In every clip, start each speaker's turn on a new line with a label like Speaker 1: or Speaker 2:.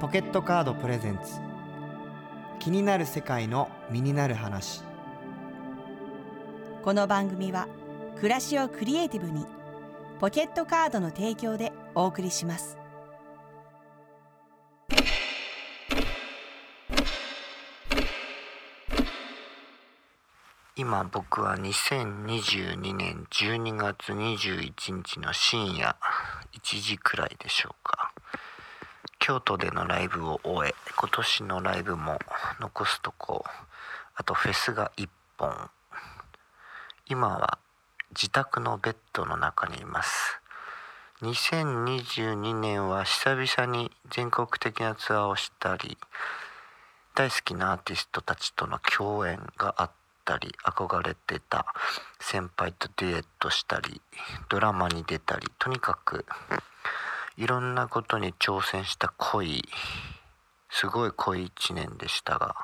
Speaker 1: ポケットカードプレゼンツ気になる世界の身になる話
Speaker 2: この番組は暮らしをクリエイティブにポケットカードの提供でお送りします
Speaker 3: 今僕は2022年12月21日の深夜1時くらいでしょうか京都でのライブを終え今年のライブも残すとこあとフェスが1本今は自宅のベッドの中にいます2022年は久々に全国的なツアーをしたり大好きなアーティストたちとの共演があったり憧れてた先輩とデュエットしたりドラマに出たりとにかくいろんなことに挑戦した濃いすごい濃い一年でしたが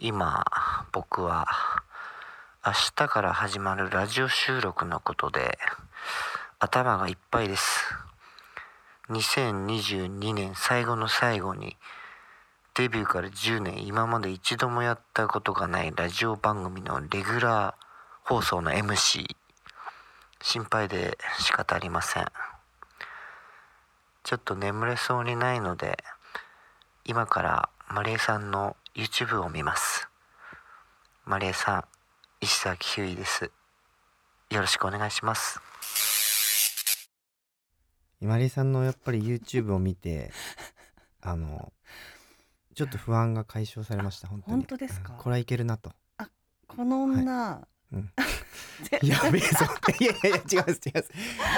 Speaker 3: 今僕は明日から始まるラジオ収録のことで頭がいっぱいです2022年最後の最後にデビューから10年今まで一度もやったことがないラジオ番組のレギュラー放送の MC 心配で仕方ありませんちょっと眠れそうにないので今からマリエさんの YouTube を見ますマリエさん石崎ひゅういですよろしくお願いします
Speaker 1: 今里さんのやっぱり YouTube を見てあのちょっと不安が解消されました本当に
Speaker 2: 本当ですか
Speaker 1: うんこれはいけるなと
Speaker 2: この女、
Speaker 1: うん
Speaker 2: ぜ
Speaker 1: やべえぞいやいやいや違います違います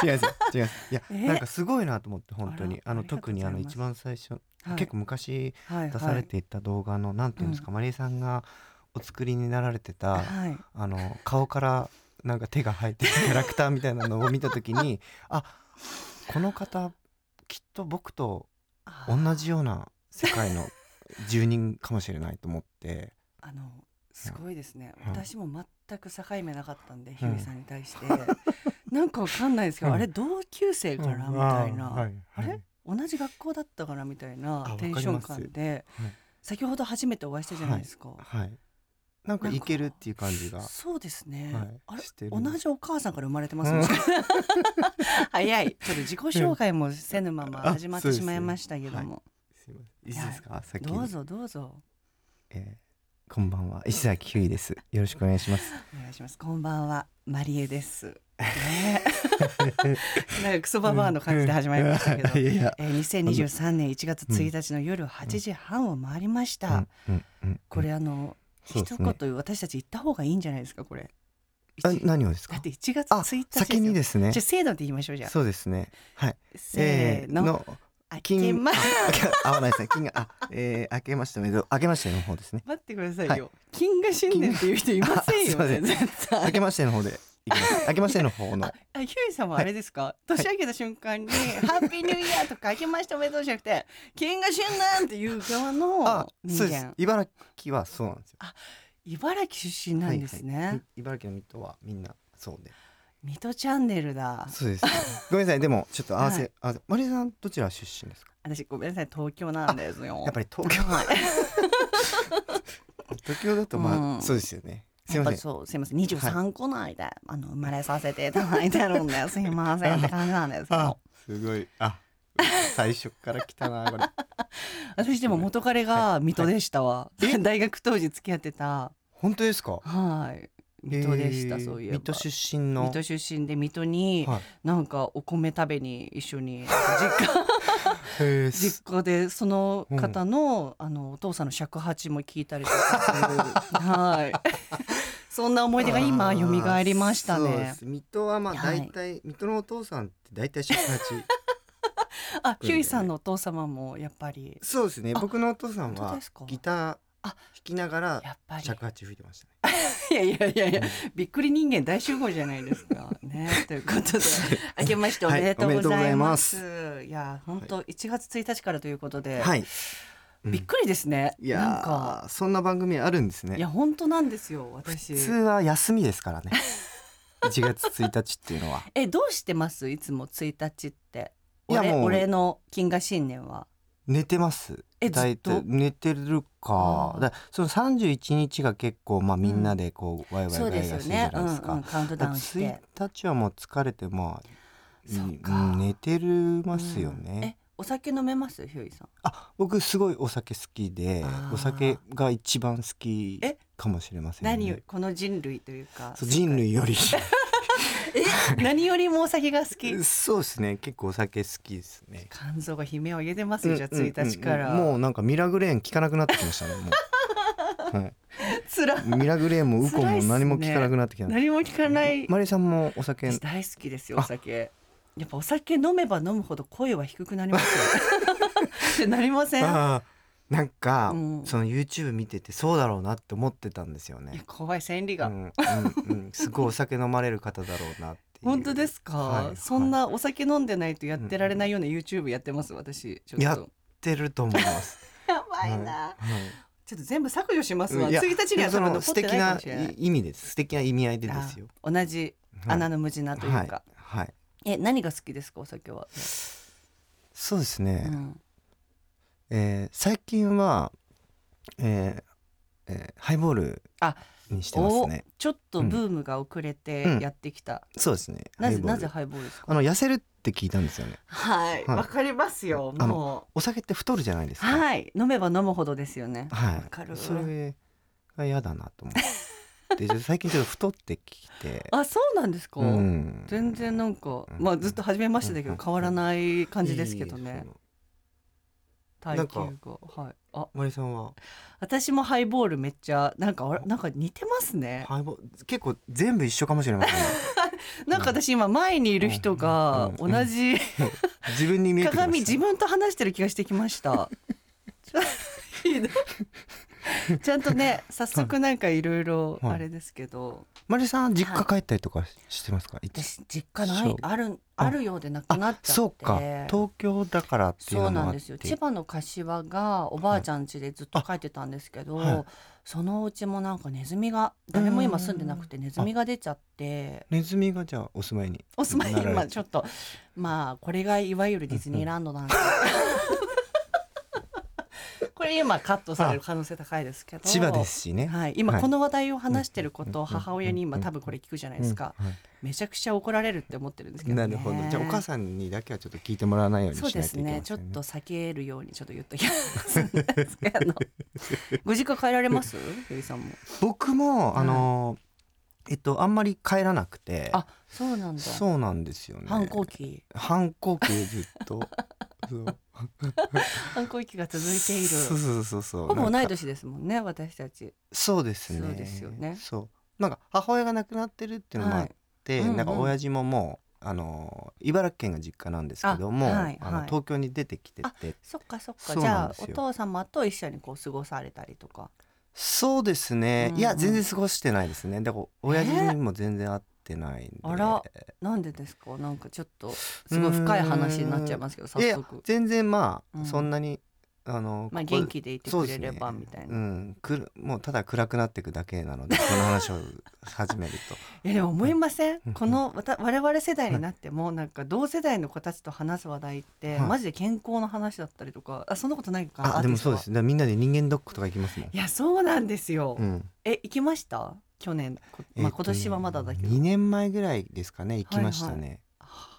Speaker 1: 違います違いますいや
Speaker 2: え
Speaker 1: なんかすごいなと思って本当に
Speaker 2: あら
Speaker 1: あ
Speaker 2: あ
Speaker 1: の
Speaker 2: りがとう
Speaker 1: 特にあの
Speaker 2: ございます
Speaker 1: 一番最初、
Speaker 2: はい
Speaker 1: 結構昔
Speaker 2: はい
Speaker 1: 出されていた動画の、なんていうんですか、マリエさんがお作りになられてた、
Speaker 2: はい、はい
Speaker 1: あの顔からなんか手が生えてるキャラクターみたいなのを見た時にあこの方きっと僕と
Speaker 2: あ
Speaker 1: 同じような世界 の住人かもしれないと思って
Speaker 2: あのすごいですね、
Speaker 1: うん
Speaker 2: 私も全く境目なかったんで、ひ
Speaker 1: うん
Speaker 2: ゅういさんに対して なんかわかんないですけど、
Speaker 1: うん
Speaker 2: あれ同級生かなみたいな、
Speaker 1: うんあーはいはい
Speaker 2: あれ同じ学校だったからみたい
Speaker 1: あ
Speaker 2: な
Speaker 1: わか
Speaker 2: テ
Speaker 1: り
Speaker 2: ン
Speaker 1: ます
Speaker 2: ション感で、
Speaker 1: はい
Speaker 2: 先ほど初めてお会いしたじゃないですか、
Speaker 1: はいなんかいけるっていう感じが
Speaker 2: そうですね、
Speaker 1: はい
Speaker 2: あれ
Speaker 1: してる
Speaker 2: 同じお母さんから生まれてます
Speaker 1: う
Speaker 2: も
Speaker 1: ん
Speaker 2: ん 早いちょっと自己紹介もせぬまま
Speaker 1: うんあ
Speaker 2: 始まってしまいましたけども、
Speaker 1: すいませんいいですか先に
Speaker 2: どうぞどうぞ
Speaker 1: えーこんばんは石崎ひゅういですよろしくお願いします
Speaker 2: お願いしますこんばんはマリエです、 ね、 なんかク ソババアの感じで始まりましたけど、
Speaker 1: うんいやいや
Speaker 2: えー、2023年1月1日の夜8時半を回りました、
Speaker 1: うんうんうん
Speaker 2: これあの、
Speaker 1: そうで
Speaker 2: 一
Speaker 1: すね
Speaker 2: 言私たち言った方がいいんじゃないですかこれ
Speaker 1: あ
Speaker 2: 一
Speaker 1: 何をです
Speaker 2: だ
Speaker 1: か
Speaker 2: って1月
Speaker 1: あ
Speaker 2: 1日ですよ
Speaker 1: 先にですね
Speaker 2: じゃあせーので言いましょうじゃあ
Speaker 1: そうですねはい
Speaker 2: せーの、あけま
Speaker 1: 合わないですね。金があ、えー、明けましておめでとう。明けましての方ですね。
Speaker 2: 待ってくださいよ、金が新年っていう人いま せんよね
Speaker 1: 金
Speaker 2: 絶対
Speaker 1: 明けましての方でいきます。明けましての方の
Speaker 2: あ。あひゅういさんはあれですか、年明けた瞬 間に「ハッピーニューイヤー」とか「明けましておめでとう」じゃなくて「金が新年」っていう側
Speaker 1: あ
Speaker 2: の、人
Speaker 1: そうです
Speaker 2: 間。
Speaker 1: 茨城はそうなんですよ。
Speaker 2: 茨城出身なんですね、
Speaker 1: はいはい茨城の水戸はみんなそうで。
Speaker 2: 水戸チャンネルだ
Speaker 1: そう です。ごめんなさい。でもちょっと合わせ、
Speaker 2: はい
Speaker 1: 合わせ。マリさんどちら出身ですか。
Speaker 2: 私ごめんなさい東京なんですよ
Speaker 1: やっぱり 東京。東京だとまあ、
Speaker 2: うん
Speaker 1: そうですよね。 すい
Speaker 2: やっ
Speaker 1: ま
Speaker 2: ぱり
Speaker 1: せん。
Speaker 2: そうすいません23個内で、あの生まれさせていただいてるんですいませんって感じなんです け
Speaker 1: あ
Speaker 2: ど、
Speaker 1: すごい。 あ、最初から来たなこれ。
Speaker 2: 私でも元彼が水戸でしたわ、
Speaker 1: はいはい
Speaker 2: 大学当時付き合ってた
Speaker 1: 本当ですか。
Speaker 2: はい水戸でした、
Speaker 1: えー
Speaker 2: そういえば
Speaker 1: 水戸出身の。
Speaker 2: 水戸出身で水戸に
Speaker 1: はい。
Speaker 2: なんかお米食べに一緒に 実家
Speaker 1: へーす
Speaker 2: 実家でその方の,、あのお父さんの尺八も聞いたりとかする はいそんな思い出が今
Speaker 1: あー
Speaker 2: 蘇りました
Speaker 1: そうで
Speaker 2: ね
Speaker 1: す水戸はまあ
Speaker 2: はい
Speaker 1: 大体、水戸のお父さんって大体尺 八
Speaker 2: あひゅういさんのお父様もやっぱり
Speaker 1: そうですね
Speaker 2: あ
Speaker 1: 僕のお父さん
Speaker 2: 本当
Speaker 1: は
Speaker 2: ですか
Speaker 1: ギター弾きながら
Speaker 2: やっぱり
Speaker 1: 尺八吹いてましたね
Speaker 2: いやいやいやいや
Speaker 1: うん
Speaker 2: びっくり人間大集合じゃないですか ねということで明けましてお
Speaker 1: は
Speaker 2: め
Speaker 1: い
Speaker 2: でとうございます,、
Speaker 1: お
Speaker 2: い、や本当1月1日からということ で、
Speaker 1: はい、うん
Speaker 2: びっくりですね
Speaker 1: いや
Speaker 2: なんか
Speaker 1: ーそんな番組あるんです
Speaker 2: いや
Speaker 1: ね
Speaker 2: 本当なんですよ私
Speaker 1: 普通は休みですからね 1月1日っていうのは
Speaker 2: えどうしてますいつも1日って
Speaker 1: いや
Speaker 2: 俺
Speaker 1: もう
Speaker 2: 俺の金河新年は
Speaker 1: 寝てます
Speaker 2: えずっと
Speaker 1: 大体寝てる
Speaker 2: あ
Speaker 1: か
Speaker 2: ー
Speaker 1: だその31日が結構、まあ、みんなでこう、ワイワイ
Speaker 2: そ
Speaker 1: ワ
Speaker 2: う
Speaker 1: イワ
Speaker 2: で
Speaker 1: イ
Speaker 2: す
Speaker 1: が
Speaker 2: よ
Speaker 1: するじゃ
Speaker 2: ね。う
Speaker 1: ないで
Speaker 2: んう
Speaker 1: す
Speaker 2: ん
Speaker 1: か。
Speaker 2: カウントダウンし
Speaker 1: 1
Speaker 2: て。
Speaker 1: 日はもう疲れてまあい
Speaker 2: そっか
Speaker 1: うん寝てるますよ
Speaker 2: うん
Speaker 1: ね、
Speaker 2: え、お酒飲めます、ひゅういさん。
Speaker 1: あ僕すごいお酒好きで
Speaker 2: あー
Speaker 1: お酒が一番好き
Speaker 2: え
Speaker 1: かもしれません、ね、
Speaker 2: 何よりこの人類というか。
Speaker 1: そう人類よ り
Speaker 2: え、何よりもお酒が好き。
Speaker 1: そうですね結構お酒好きですね
Speaker 2: 肝臓が悲鳴を上げてますよ。じゃあ1日か
Speaker 1: う
Speaker 2: ら。
Speaker 1: んうんうんもうなんかミラグレーン聞かなくなってきましたね もう、はい
Speaker 2: 辛い。
Speaker 1: ミラグレーンもウコンも何も聞かなくなってきた、
Speaker 2: 何も聞かない。
Speaker 1: マリさんもお酒
Speaker 2: 私大好きですよお酒やっぱお酒飲めば飲むほど声は低くなりま すよなりませんい
Speaker 1: あーなんか、
Speaker 2: うん
Speaker 1: その YouTube 見ててそうだろうなって思ってたんですよ
Speaker 2: や
Speaker 1: ね。
Speaker 2: 怖い千里
Speaker 1: う
Speaker 2: が、
Speaker 1: んうんうん、すごいお酒飲まれる方だろうなっていう
Speaker 2: 本当ですか、
Speaker 1: はい
Speaker 2: そんなお酒飲んでないとやってられないような YouTube やってます私ちょっと
Speaker 1: や言ってると思います。
Speaker 2: やばいな、ちょっと全部削除しますわ1日には多分残ってないかもしれない
Speaker 1: 素敵な意味です。素敵な意味合いでですよ。
Speaker 2: 同じ穴の無地なというか、
Speaker 1: はいはい、はい
Speaker 2: え何が好きですかお酒は、
Speaker 1: そうです
Speaker 2: う
Speaker 1: ね。
Speaker 2: ん、
Speaker 1: えー最近は、えーえーハイボール
Speaker 2: あ
Speaker 1: にしてますね。
Speaker 2: ちょっとブームが遅れてやってきた、
Speaker 1: そうですね。
Speaker 2: なぜ
Speaker 1: ハイボール
Speaker 2: なぜハイボールですか
Speaker 1: あの痩せるって聞いたんですよね。
Speaker 2: はい
Speaker 1: はい
Speaker 2: かります
Speaker 1: あの
Speaker 2: もう
Speaker 1: お酒って太るじゃないですか。
Speaker 2: はい、飲めば飲むほどですよね。
Speaker 1: はい、
Speaker 2: わかる
Speaker 1: それが嫌だなと思 ってで最近ちょっと太ってきて
Speaker 2: あ、そうなんですか。
Speaker 1: ん
Speaker 2: 全然なんか、
Speaker 1: うん
Speaker 2: まあずっと初めましてだけ
Speaker 1: う
Speaker 2: ど
Speaker 1: ん
Speaker 2: 変わらない感じですけど
Speaker 1: いい
Speaker 2: ね。
Speaker 1: そ
Speaker 2: 体
Speaker 1: なん
Speaker 2: 型
Speaker 1: か
Speaker 2: がはい。あ、
Speaker 1: のマリさんは
Speaker 2: 私もハイボールめっちゃなんかあれなんか似てますね。
Speaker 1: ハイボール結構全部一緒かもしれ ませんね
Speaker 2: なんか私今前にいる人が
Speaker 1: う
Speaker 2: 同
Speaker 1: ん
Speaker 2: じ
Speaker 1: 自分に見えてきました
Speaker 2: 鏡自分と話してる気がしてきま した。ちょひどいちゃんとね早速なんかいろいろ
Speaker 1: はい
Speaker 2: あれですけど、
Speaker 1: マリさん実家帰ったりとかしてますか、いつ
Speaker 2: 私実家な
Speaker 1: そ
Speaker 2: いうある
Speaker 1: あ
Speaker 2: あるようでなくなっ
Speaker 1: あ
Speaker 2: ちゃって
Speaker 1: そうか東京だからっていうのも
Speaker 2: そうな
Speaker 1: あ
Speaker 2: ん
Speaker 1: って
Speaker 2: ですよ千葉の柏がおばあちゃん家でずっと帰ってたんですけど、
Speaker 1: はいはい
Speaker 2: そのうちもなんかネズミが誰も今住んでなくてネズミが出ちゃって
Speaker 1: ネズミがじゃあお住まいに
Speaker 2: お住まいに
Speaker 1: なられ
Speaker 2: 今ちょっとまあこれがいわゆるディズニーラン ドなんでこれ今カットされる可能性高いですけど
Speaker 1: 千葉ですしね、
Speaker 2: はい、今
Speaker 1: はい
Speaker 2: この話題を話してることを母親に今
Speaker 1: うん
Speaker 2: 多分これ聞くじゃない
Speaker 1: うん
Speaker 2: ですか、
Speaker 1: はい
Speaker 2: めちゃくちゃ怒られるって思ってるんですけど、ね、
Speaker 1: なるほどじゃあお母さんにだけはちょっと聞いてもらわないようにし
Speaker 2: そ
Speaker 1: な
Speaker 2: う
Speaker 1: いと
Speaker 2: で
Speaker 1: い
Speaker 2: す
Speaker 1: けません
Speaker 2: ね。ちょっと避けるようにちょっと言っときます。あのご実家帰られます？ゆいさんも。
Speaker 1: 僕も
Speaker 2: は
Speaker 1: あ
Speaker 2: い
Speaker 1: の、えっとあんまり帰らなくて
Speaker 2: あ、そ うなんだ。
Speaker 1: そうなんですよね
Speaker 2: 反抗期、
Speaker 1: 反抗期でずっ とそう
Speaker 2: 反抗期が続いてい
Speaker 1: そう
Speaker 2: る。
Speaker 1: そうそうそう
Speaker 2: ほぼ同
Speaker 1: ないんか
Speaker 2: 年ですもんね、私たち。
Speaker 1: そうですね
Speaker 2: そうですよね
Speaker 1: そうなんか母親が亡くなってるっていうのもあっ
Speaker 2: い。
Speaker 1: て、
Speaker 2: はいうんうん
Speaker 1: なんか親父ももうあの茨城県が実家なんですけども
Speaker 2: あ
Speaker 1: あ、
Speaker 2: はい
Speaker 1: の
Speaker 2: はい
Speaker 1: 東京に出てきて
Speaker 2: あ
Speaker 1: て
Speaker 2: そっかそっか。
Speaker 1: そう
Speaker 2: じ
Speaker 1: なん
Speaker 2: ゃあ
Speaker 1: です
Speaker 2: お
Speaker 1: よ
Speaker 2: 父様と一緒にこう過ごされたりとか。
Speaker 1: そうですね、い
Speaker 2: うん
Speaker 1: や
Speaker 2: うん
Speaker 1: 全然過ごしてないですねだから親父にも全然会ってないんで、
Speaker 2: あらなんでですか？なんかちょっとすごい深い話になっちゃいますけど、早
Speaker 1: いや
Speaker 2: 速。
Speaker 1: 全然まあ、
Speaker 2: うん
Speaker 1: そんなにあの
Speaker 2: まあ
Speaker 1: ここ
Speaker 2: 元気でいて
Speaker 1: そう
Speaker 2: く
Speaker 1: で
Speaker 2: れ
Speaker 1: す
Speaker 2: れば
Speaker 1: ね
Speaker 2: みたいな。
Speaker 1: うん、くるもうただ暗くなっていくだけなの でこの話を始めると
Speaker 2: いやでも思いません
Speaker 1: うん
Speaker 2: このわた我々世代になってもなんか同世代の子たちと話す話題って
Speaker 1: はい
Speaker 2: マジで健康の話だったりとかあそんなことないか
Speaker 1: あでもそうで
Speaker 2: アーティスト
Speaker 1: すだからみんなで人間ドックとか行きますもん
Speaker 2: はいやそうなんですよ、
Speaker 1: うん
Speaker 2: え行きました去年こまあ今年はまだだけど、
Speaker 1: 2年前ぐらいですかね行きましたね、
Speaker 2: はいあ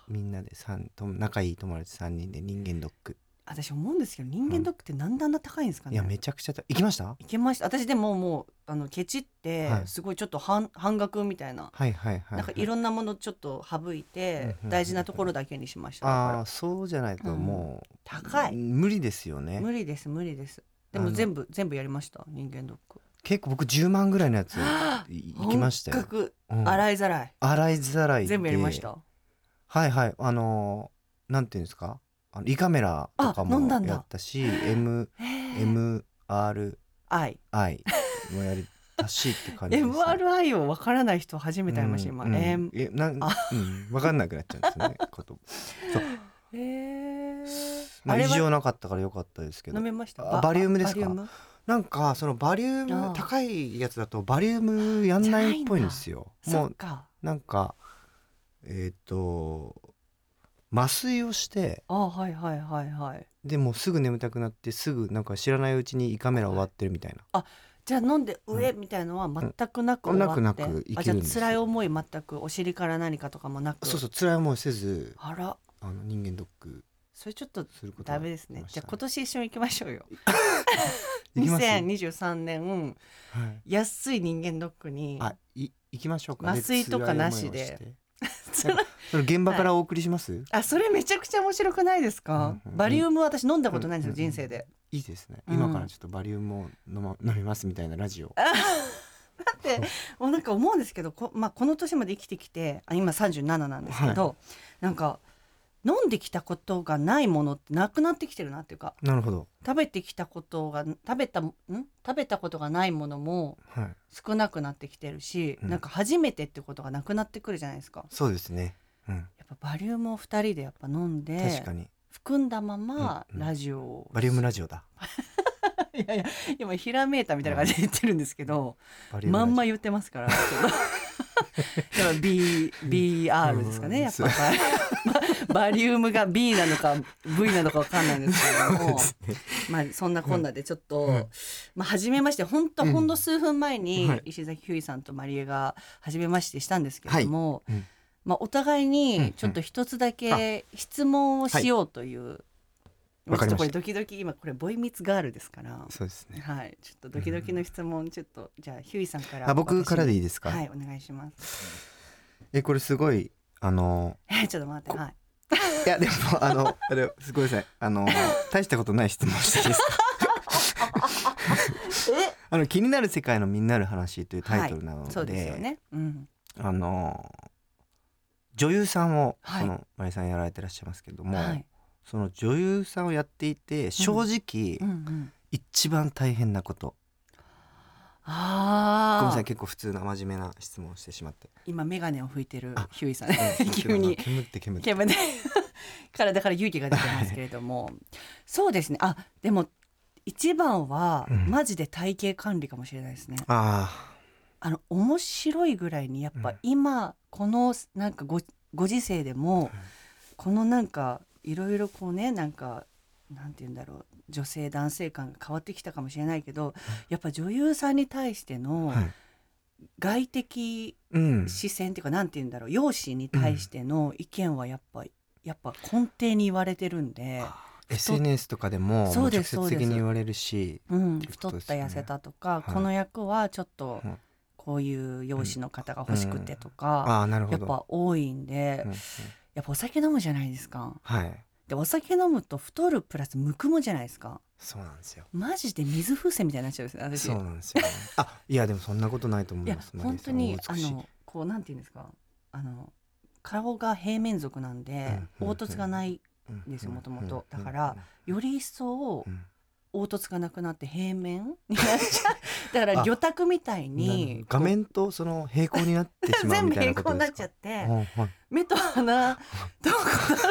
Speaker 1: みんなで三と仲いい友達3人で人間ドック、
Speaker 2: 私思うんですけど人間ドックってなんであんな高いんですかね、
Speaker 1: いやめちゃくちゃた行きました
Speaker 2: 行けました私でももうあのケチって
Speaker 1: はい
Speaker 2: すごいちょっと半半額みたいな
Speaker 1: はいはいはいはい
Speaker 2: なんかいろんなものちょっと省いて
Speaker 1: うん
Speaker 2: 大事なところだけにしましただ
Speaker 1: あ
Speaker 2: か
Speaker 1: あそうじゃないともう、
Speaker 2: ら高い
Speaker 1: 無理ですよね
Speaker 2: 無理です無理ですでも
Speaker 1: あの
Speaker 2: 全部全部やりました人間ドック
Speaker 1: 結構僕10万ぐらいのやつ
Speaker 2: はあ
Speaker 1: い行きましたよ
Speaker 2: 本、格
Speaker 1: うん
Speaker 2: 洗いざらい
Speaker 1: 洗いざらいで
Speaker 2: 全部やりました
Speaker 1: はいはいあのーなんていうんですかあの胃カメラとか
Speaker 2: あ飲ん
Speaker 1: も
Speaker 2: だんだ
Speaker 1: やったし M
Speaker 2: へえ
Speaker 1: MRI
Speaker 2: I
Speaker 1: もやりたしって感じです、
Speaker 2: MRI をわからない人初めて会いました今
Speaker 1: うんうん
Speaker 2: M
Speaker 1: えなん
Speaker 2: あ
Speaker 1: うん、分かんなくなっちゃうんですよね こと
Speaker 2: へえ
Speaker 1: まあ
Speaker 2: あれ
Speaker 1: 異
Speaker 2: は
Speaker 1: 常なかったから良かったですけど
Speaker 2: 飲めました
Speaker 1: あバリウムですか
Speaker 2: バリウム
Speaker 1: なんかそのバリウ
Speaker 2: あー
Speaker 1: ム高いやつだとバリウムやんないっぽいんですよ
Speaker 2: そ
Speaker 1: も
Speaker 2: っ
Speaker 1: う
Speaker 2: か
Speaker 1: なんかえっ、と麻酔をして
Speaker 2: ああはいはいはいはい
Speaker 1: でもうすぐ眠たくなってすぐなんか知らないうちに胃カメラ終わってるみたいな
Speaker 2: じゃあ飲んで上みたいのは全くなく
Speaker 1: うん
Speaker 2: 終わって、
Speaker 1: なくなくいけるんです
Speaker 2: あじゃあ辛い思い全くお尻から何かとかもなく
Speaker 1: そうそう辛い思いせず
Speaker 2: あら
Speaker 1: あの人間ドック
Speaker 2: それちょっと
Speaker 1: すること
Speaker 2: ダメですねじゃあ今年一緒に行きましょうよ
Speaker 1: 行きます
Speaker 2: 2023年
Speaker 1: はい、
Speaker 2: 安い人間ドックに
Speaker 1: あい行きましょうか
Speaker 2: 麻酔とかなしで
Speaker 1: 熱い思いをしてそれ現場からお送りします、
Speaker 2: あそれめちゃくちゃ面白くないですか、
Speaker 1: うんうん
Speaker 2: バリウム私飲んだことないんですよ、
Speaker 1: うんうん
Speaker 2: 人生で
Speaker 1: いいですね、
Speaker 2: うん
Speaker 1: 今からちょっとバリウムを飲,、ま、飲みますみたいなラジオ
Speaker 2: だってもうなんか思うんですけどこ,、まあ、この年まで生きてきてあ今37なんですけど、なんか飲んできたことがないものってなくなってきてるなっていうか
Speaker 1: なるほど
Speaker 2: 食べてきたことが食べたん食べたことがないものも
Speaker 1: はい
Speaker 2: 少なくなってきてるし、
Speaker 1: うん
Speaker 2: なんか初めてってことがなくなってくるじゃないですか
Speaker 1: そうですね、うん、
Speaker 2: やっぱバリウムを2人でやっぱ飲んで
Speaker 1: 確かに
Speaker 2: 含んだまま
Speaker 1: うんうん
Speaker 2: ラジオを、
Speaker 1: バリウムラジオだ
Speaker 2: いやいや今ひらめいたみたいな感じで言ってるんですけど、
Speaker 1: バリウムラジ
Speaker 2: ま
Speaker 1: オ
Speaker 2: んま言ってますから。ちょっとでも B BR ですかね、
Speaker 1: うん
Speaker 2: やっぱバ バリウムが B なのか V なのかわかんないんですけれども、まあそんなこんなでちょっと、
Speaker 1: うん
Speaker 2: まあ初めまして本当
Speaker 1: うん
Speaker 2: ほんの数分前に
Speaker 1: はい
Speaker 2: 石崎ひゅういさんとマリエが初めましてしたんですけれども、
Speaker 1: はいうん
Speaker 2: まあお互い
Speaker 1: うんうん
Speaker 2: にちょっと一つだけ質問をしようという、
Speaker 1: わかりま
Speaker 2: ちょっとこ
Speaker 1: し
Speaker 2: れ
Speaker 1: た
Speaker 2: ドキドキ今これボイミツガールですから。
Speaker 1: そうですね
Speaker 2: はい、ちょっとドキドキの質問、ちょっと、じゃあ、ヒューイさんから。
Speaker 1: あ僕からでいいです
Speaker 2: す
Speaker 1: か、
Speaker 2: はい、お願いします。
Speaker 1: えこれすごいあの
Speaker 2: え、ちょっと待って、はい。
Speaker 1: いやでもあのあれすごいですねあの大したことない質問していいです かあの気になる世界のみんなる話というタイトルなので、
Speaker 2: そうですよね。うん。
Speaker 1: あの女優さんを、
Speaker 2: はい
Speaker 1: そのマリさんやられてらっしゃいますけども、
Speaker 2: はい。
Speaker 1: その女優さんをやっていて正直、
Speaker 2: うんうん。
Speaker 1: 一番大変なことごめんな
Speaker 2: あ
Speaker 1: さい
Speaker 2: あ。
Speaker 1: 結構普通な真面目な質問をしてしまって
Speaker 2: 今眼鏡を拭いてる
Speaker 1: あ
Speaker 2: ヒューイさん。 急
Speaker 1: 煙っ
Speaker 2: に
Speaker 1: て。煙って煙って
Speaker 2: 煙で。からだから勇気が出てますけれども。そうですね。あ、でも。一番は、
Speaker 1: うん
Speaker 2: マジで体型管理かもしれないですね。
Speaker 1: あ
Speaker 2: あの面白いぐらいにやっ
Speaker 1: う
Speaker 2: ぱ
Speaker 1: ん
Speaker 2: 今このなんかごご時世でもこのなんかいろいろこうねなんかなんて言うんだろう女性男性感が変わってきたかもしれないけどやっぱ女優さんに対して
Speaker 1: あ
Speaker 2: の
Speaker 1: はい
Speaker 2: 外的
Speaker 1: うん
Speaker 2: 視線っていうかなんて言うんだろう容姿に対しての意見はやっぱやっぱ根底に言われてるんで、
Speaker 1: SNS とかでも
Speaker 2: そ
Speaker 1: も
Speaker 2: う
Speaker 1: う直
Speaker 2: です
Speaker 1: 接的に言われるし
Speaker 2: うん、
Speaker 1: てこと
Speaker 2: 太っ
Speaker 1: ですよね
Speaker 2: た痩せたとか、
Speaker 1: はい
Speaker 2: この役はちょっと
Speaker 1: うん
Speaker 2: こういう容姿の方が欲しくてとか。
Speaker 1: ああなるほ
Speaker 2: やっ
Speaker 1: ど
Speaker 2: ぱ多いんで、
Speaker 1: うんうん
Speaker 2: やっぱお酒飲むじゃないですか
Speaker 1: はい
Speaker 2: でお酒飲むと太るプラスむくむじゃないですか
Speaker 1: そうなんですよ
Speaker 2: マジで水風船みたいになっちゃうんですね私
Speaker 1: そうなんですよね、あいやでもそんなことないと思
Speaker 2: い
Speaker 1: い
Speaker 2: や
Speaker 1: ますマ
Speaker 2: 本
Speaker 1: リさ
Speaker 2: 当
Speaker 1: んお
Speaker 2: にあ
Speaker 1: 美しい
Speaker 2: のこうなんていうんですかあの顔が平面族なんで、
Speaker 1: うんうんうん
Speaker 2: 凹凸がないですよ
Speaker 1: うん
Speaker 2: 元々
Speaker 1: うん
Speaker 2: だから
Speaker 1: うん
Speaker 2: より一層
Speaker 1: うん
Speaker 2: 凹凸がなくなって平面 になっちゃうだから
Speaker 1: あ
Speaker 2: 魚卓みたい
Speaker 1: なる
Speaker 2: に
Speaker 1: ほど画面とその平行になってしまう
Speaker 2: 全
Speaker 1: み
Speaker 2: 部
Speaker 1: たいな
Speaker 2: 平
Speaker 1: こと
Speaker 2: 行にな
Speaker 1: で
Speaker 2: っ
Speaker 1: す
Speaker 2: ち
Speaker 1: か
Speaker 2: ゃって
Speaker 1: うんはい
Speaker 2: 目と鼻どこ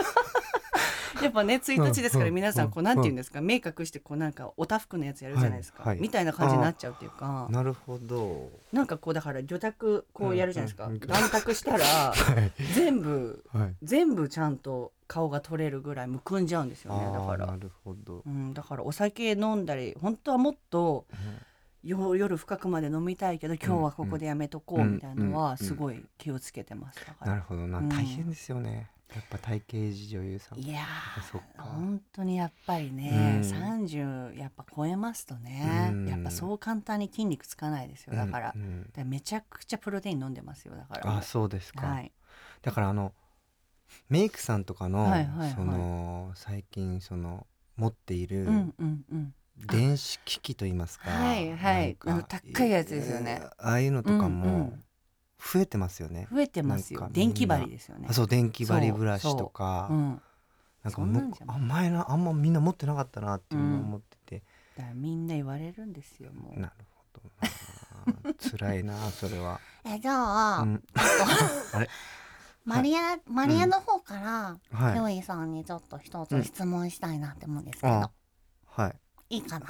Speaker 2: だ やっぱね1日ですか
Speaker 1: うんう
Speaker 2: ら
Speaker 1: ん
Speaker 2: 皆さんこ
Speaker 1: う
Speaker 2: うんなんて言うんですか目隠してこうなんかおたふくのやつやるじゃないですか、
Speaker 1: はいはい
Speaker 2: みたいな感じになっちゃうっていうか
Speaker 1: なるほど。
Speaker 2: なんかこうだから魚卓こうやるじゃないですか
Speaker 1: うんうんうん
Speaker 2: 乱卓した ら
Speaker 1: はい。
Speaker 2: 全部
Speaker 1: はい。
Speaker 2: 全部ちゃんと顔が取れるぐらいむくんじゃうんですよねだ
Speaker 1: あ
Speaker 2: か
Speaker 1: あ、
Speaker 2: ら
Speaker 1: な、るほど
Speaker 2: う。ん、だからお酒飲んだり本当はもっと
Speaker 1: う
Speaker 2: よ夜深くまで飲みたいけど今日はここでやめとこうみたいなの
Speaker 1: うんうん
Speaker 2: はすごい気をつけてますだか
Speaker 1: んな
Speaker 2: ら
Speaker 1: るほどな、
Speaker 2: うん
Speaker 1: 大変ですよね。やっぱ体型維持女優さん。
Speaker 2: いやー
Speaker 1: そっか
Speaker 2: 本当にやっぱりね、
Speaker 1: うん
Speaker 2: 30やっぱ超えますとね、
Speaker 1: うん
Speaker 2: やっぱそう簡単に筋肉つかないですよだから,、
Speaker 1: うんうん
Speaker 2: だからめちゃくちゃプロテイン飲んでますよだから
Speaker 1: あ、そうですか。
Speaker 2: はい、
Speaker 1: だからあのメイクさんとかの、
Speaker 2: はいはいはい
Speaker 1: その最近その持っていうる
Speaker 2: んうんうん
Speaker 1: 電子機器と言いますか。
Speaker 2: はいはい
Speaker 1: なんか
Speaker 2: あの高いやつですよね
Speaker 1: えーああいうのとか
Speaker 2: うんう
Speaker 1: も
Speaker 2: ん
Speaker 1: 増えてますよね。
Speaker 2: 増えてますよ
Speaker 1: なんかみんな
Speaker 2: 電気針ですよね
Speaker 1: あ、そう電気バリブラシ
Speaker 2: そう
Speaker 1: とか。
Speaker 2: うん、
Speaker 1: なんか
Speaker 2: そんなん
Speaker 1: む
Speaker 2: じゃない
Speaker 1: あ前なあんまみんな持ってなかったなっていうのを思ってて、
Speaker 2: だからみんな言われるんですよもう
Speaker 1: なるほどな辛いなそれは、
Speaker 4: えじゃあ、
Speaker 1: うん、あれ
Speaker 4: マリア、マリアの方から、ひょ
Speaker 1: はい
Speaker 4: い、さんにちょっと一
Speaker 1: う
Speaker 4: つ
Speaker 1: ん
Speaker 4: 質問したいなって思うんですけど、
Speaker 1: あはい
Speaker 4: いいかな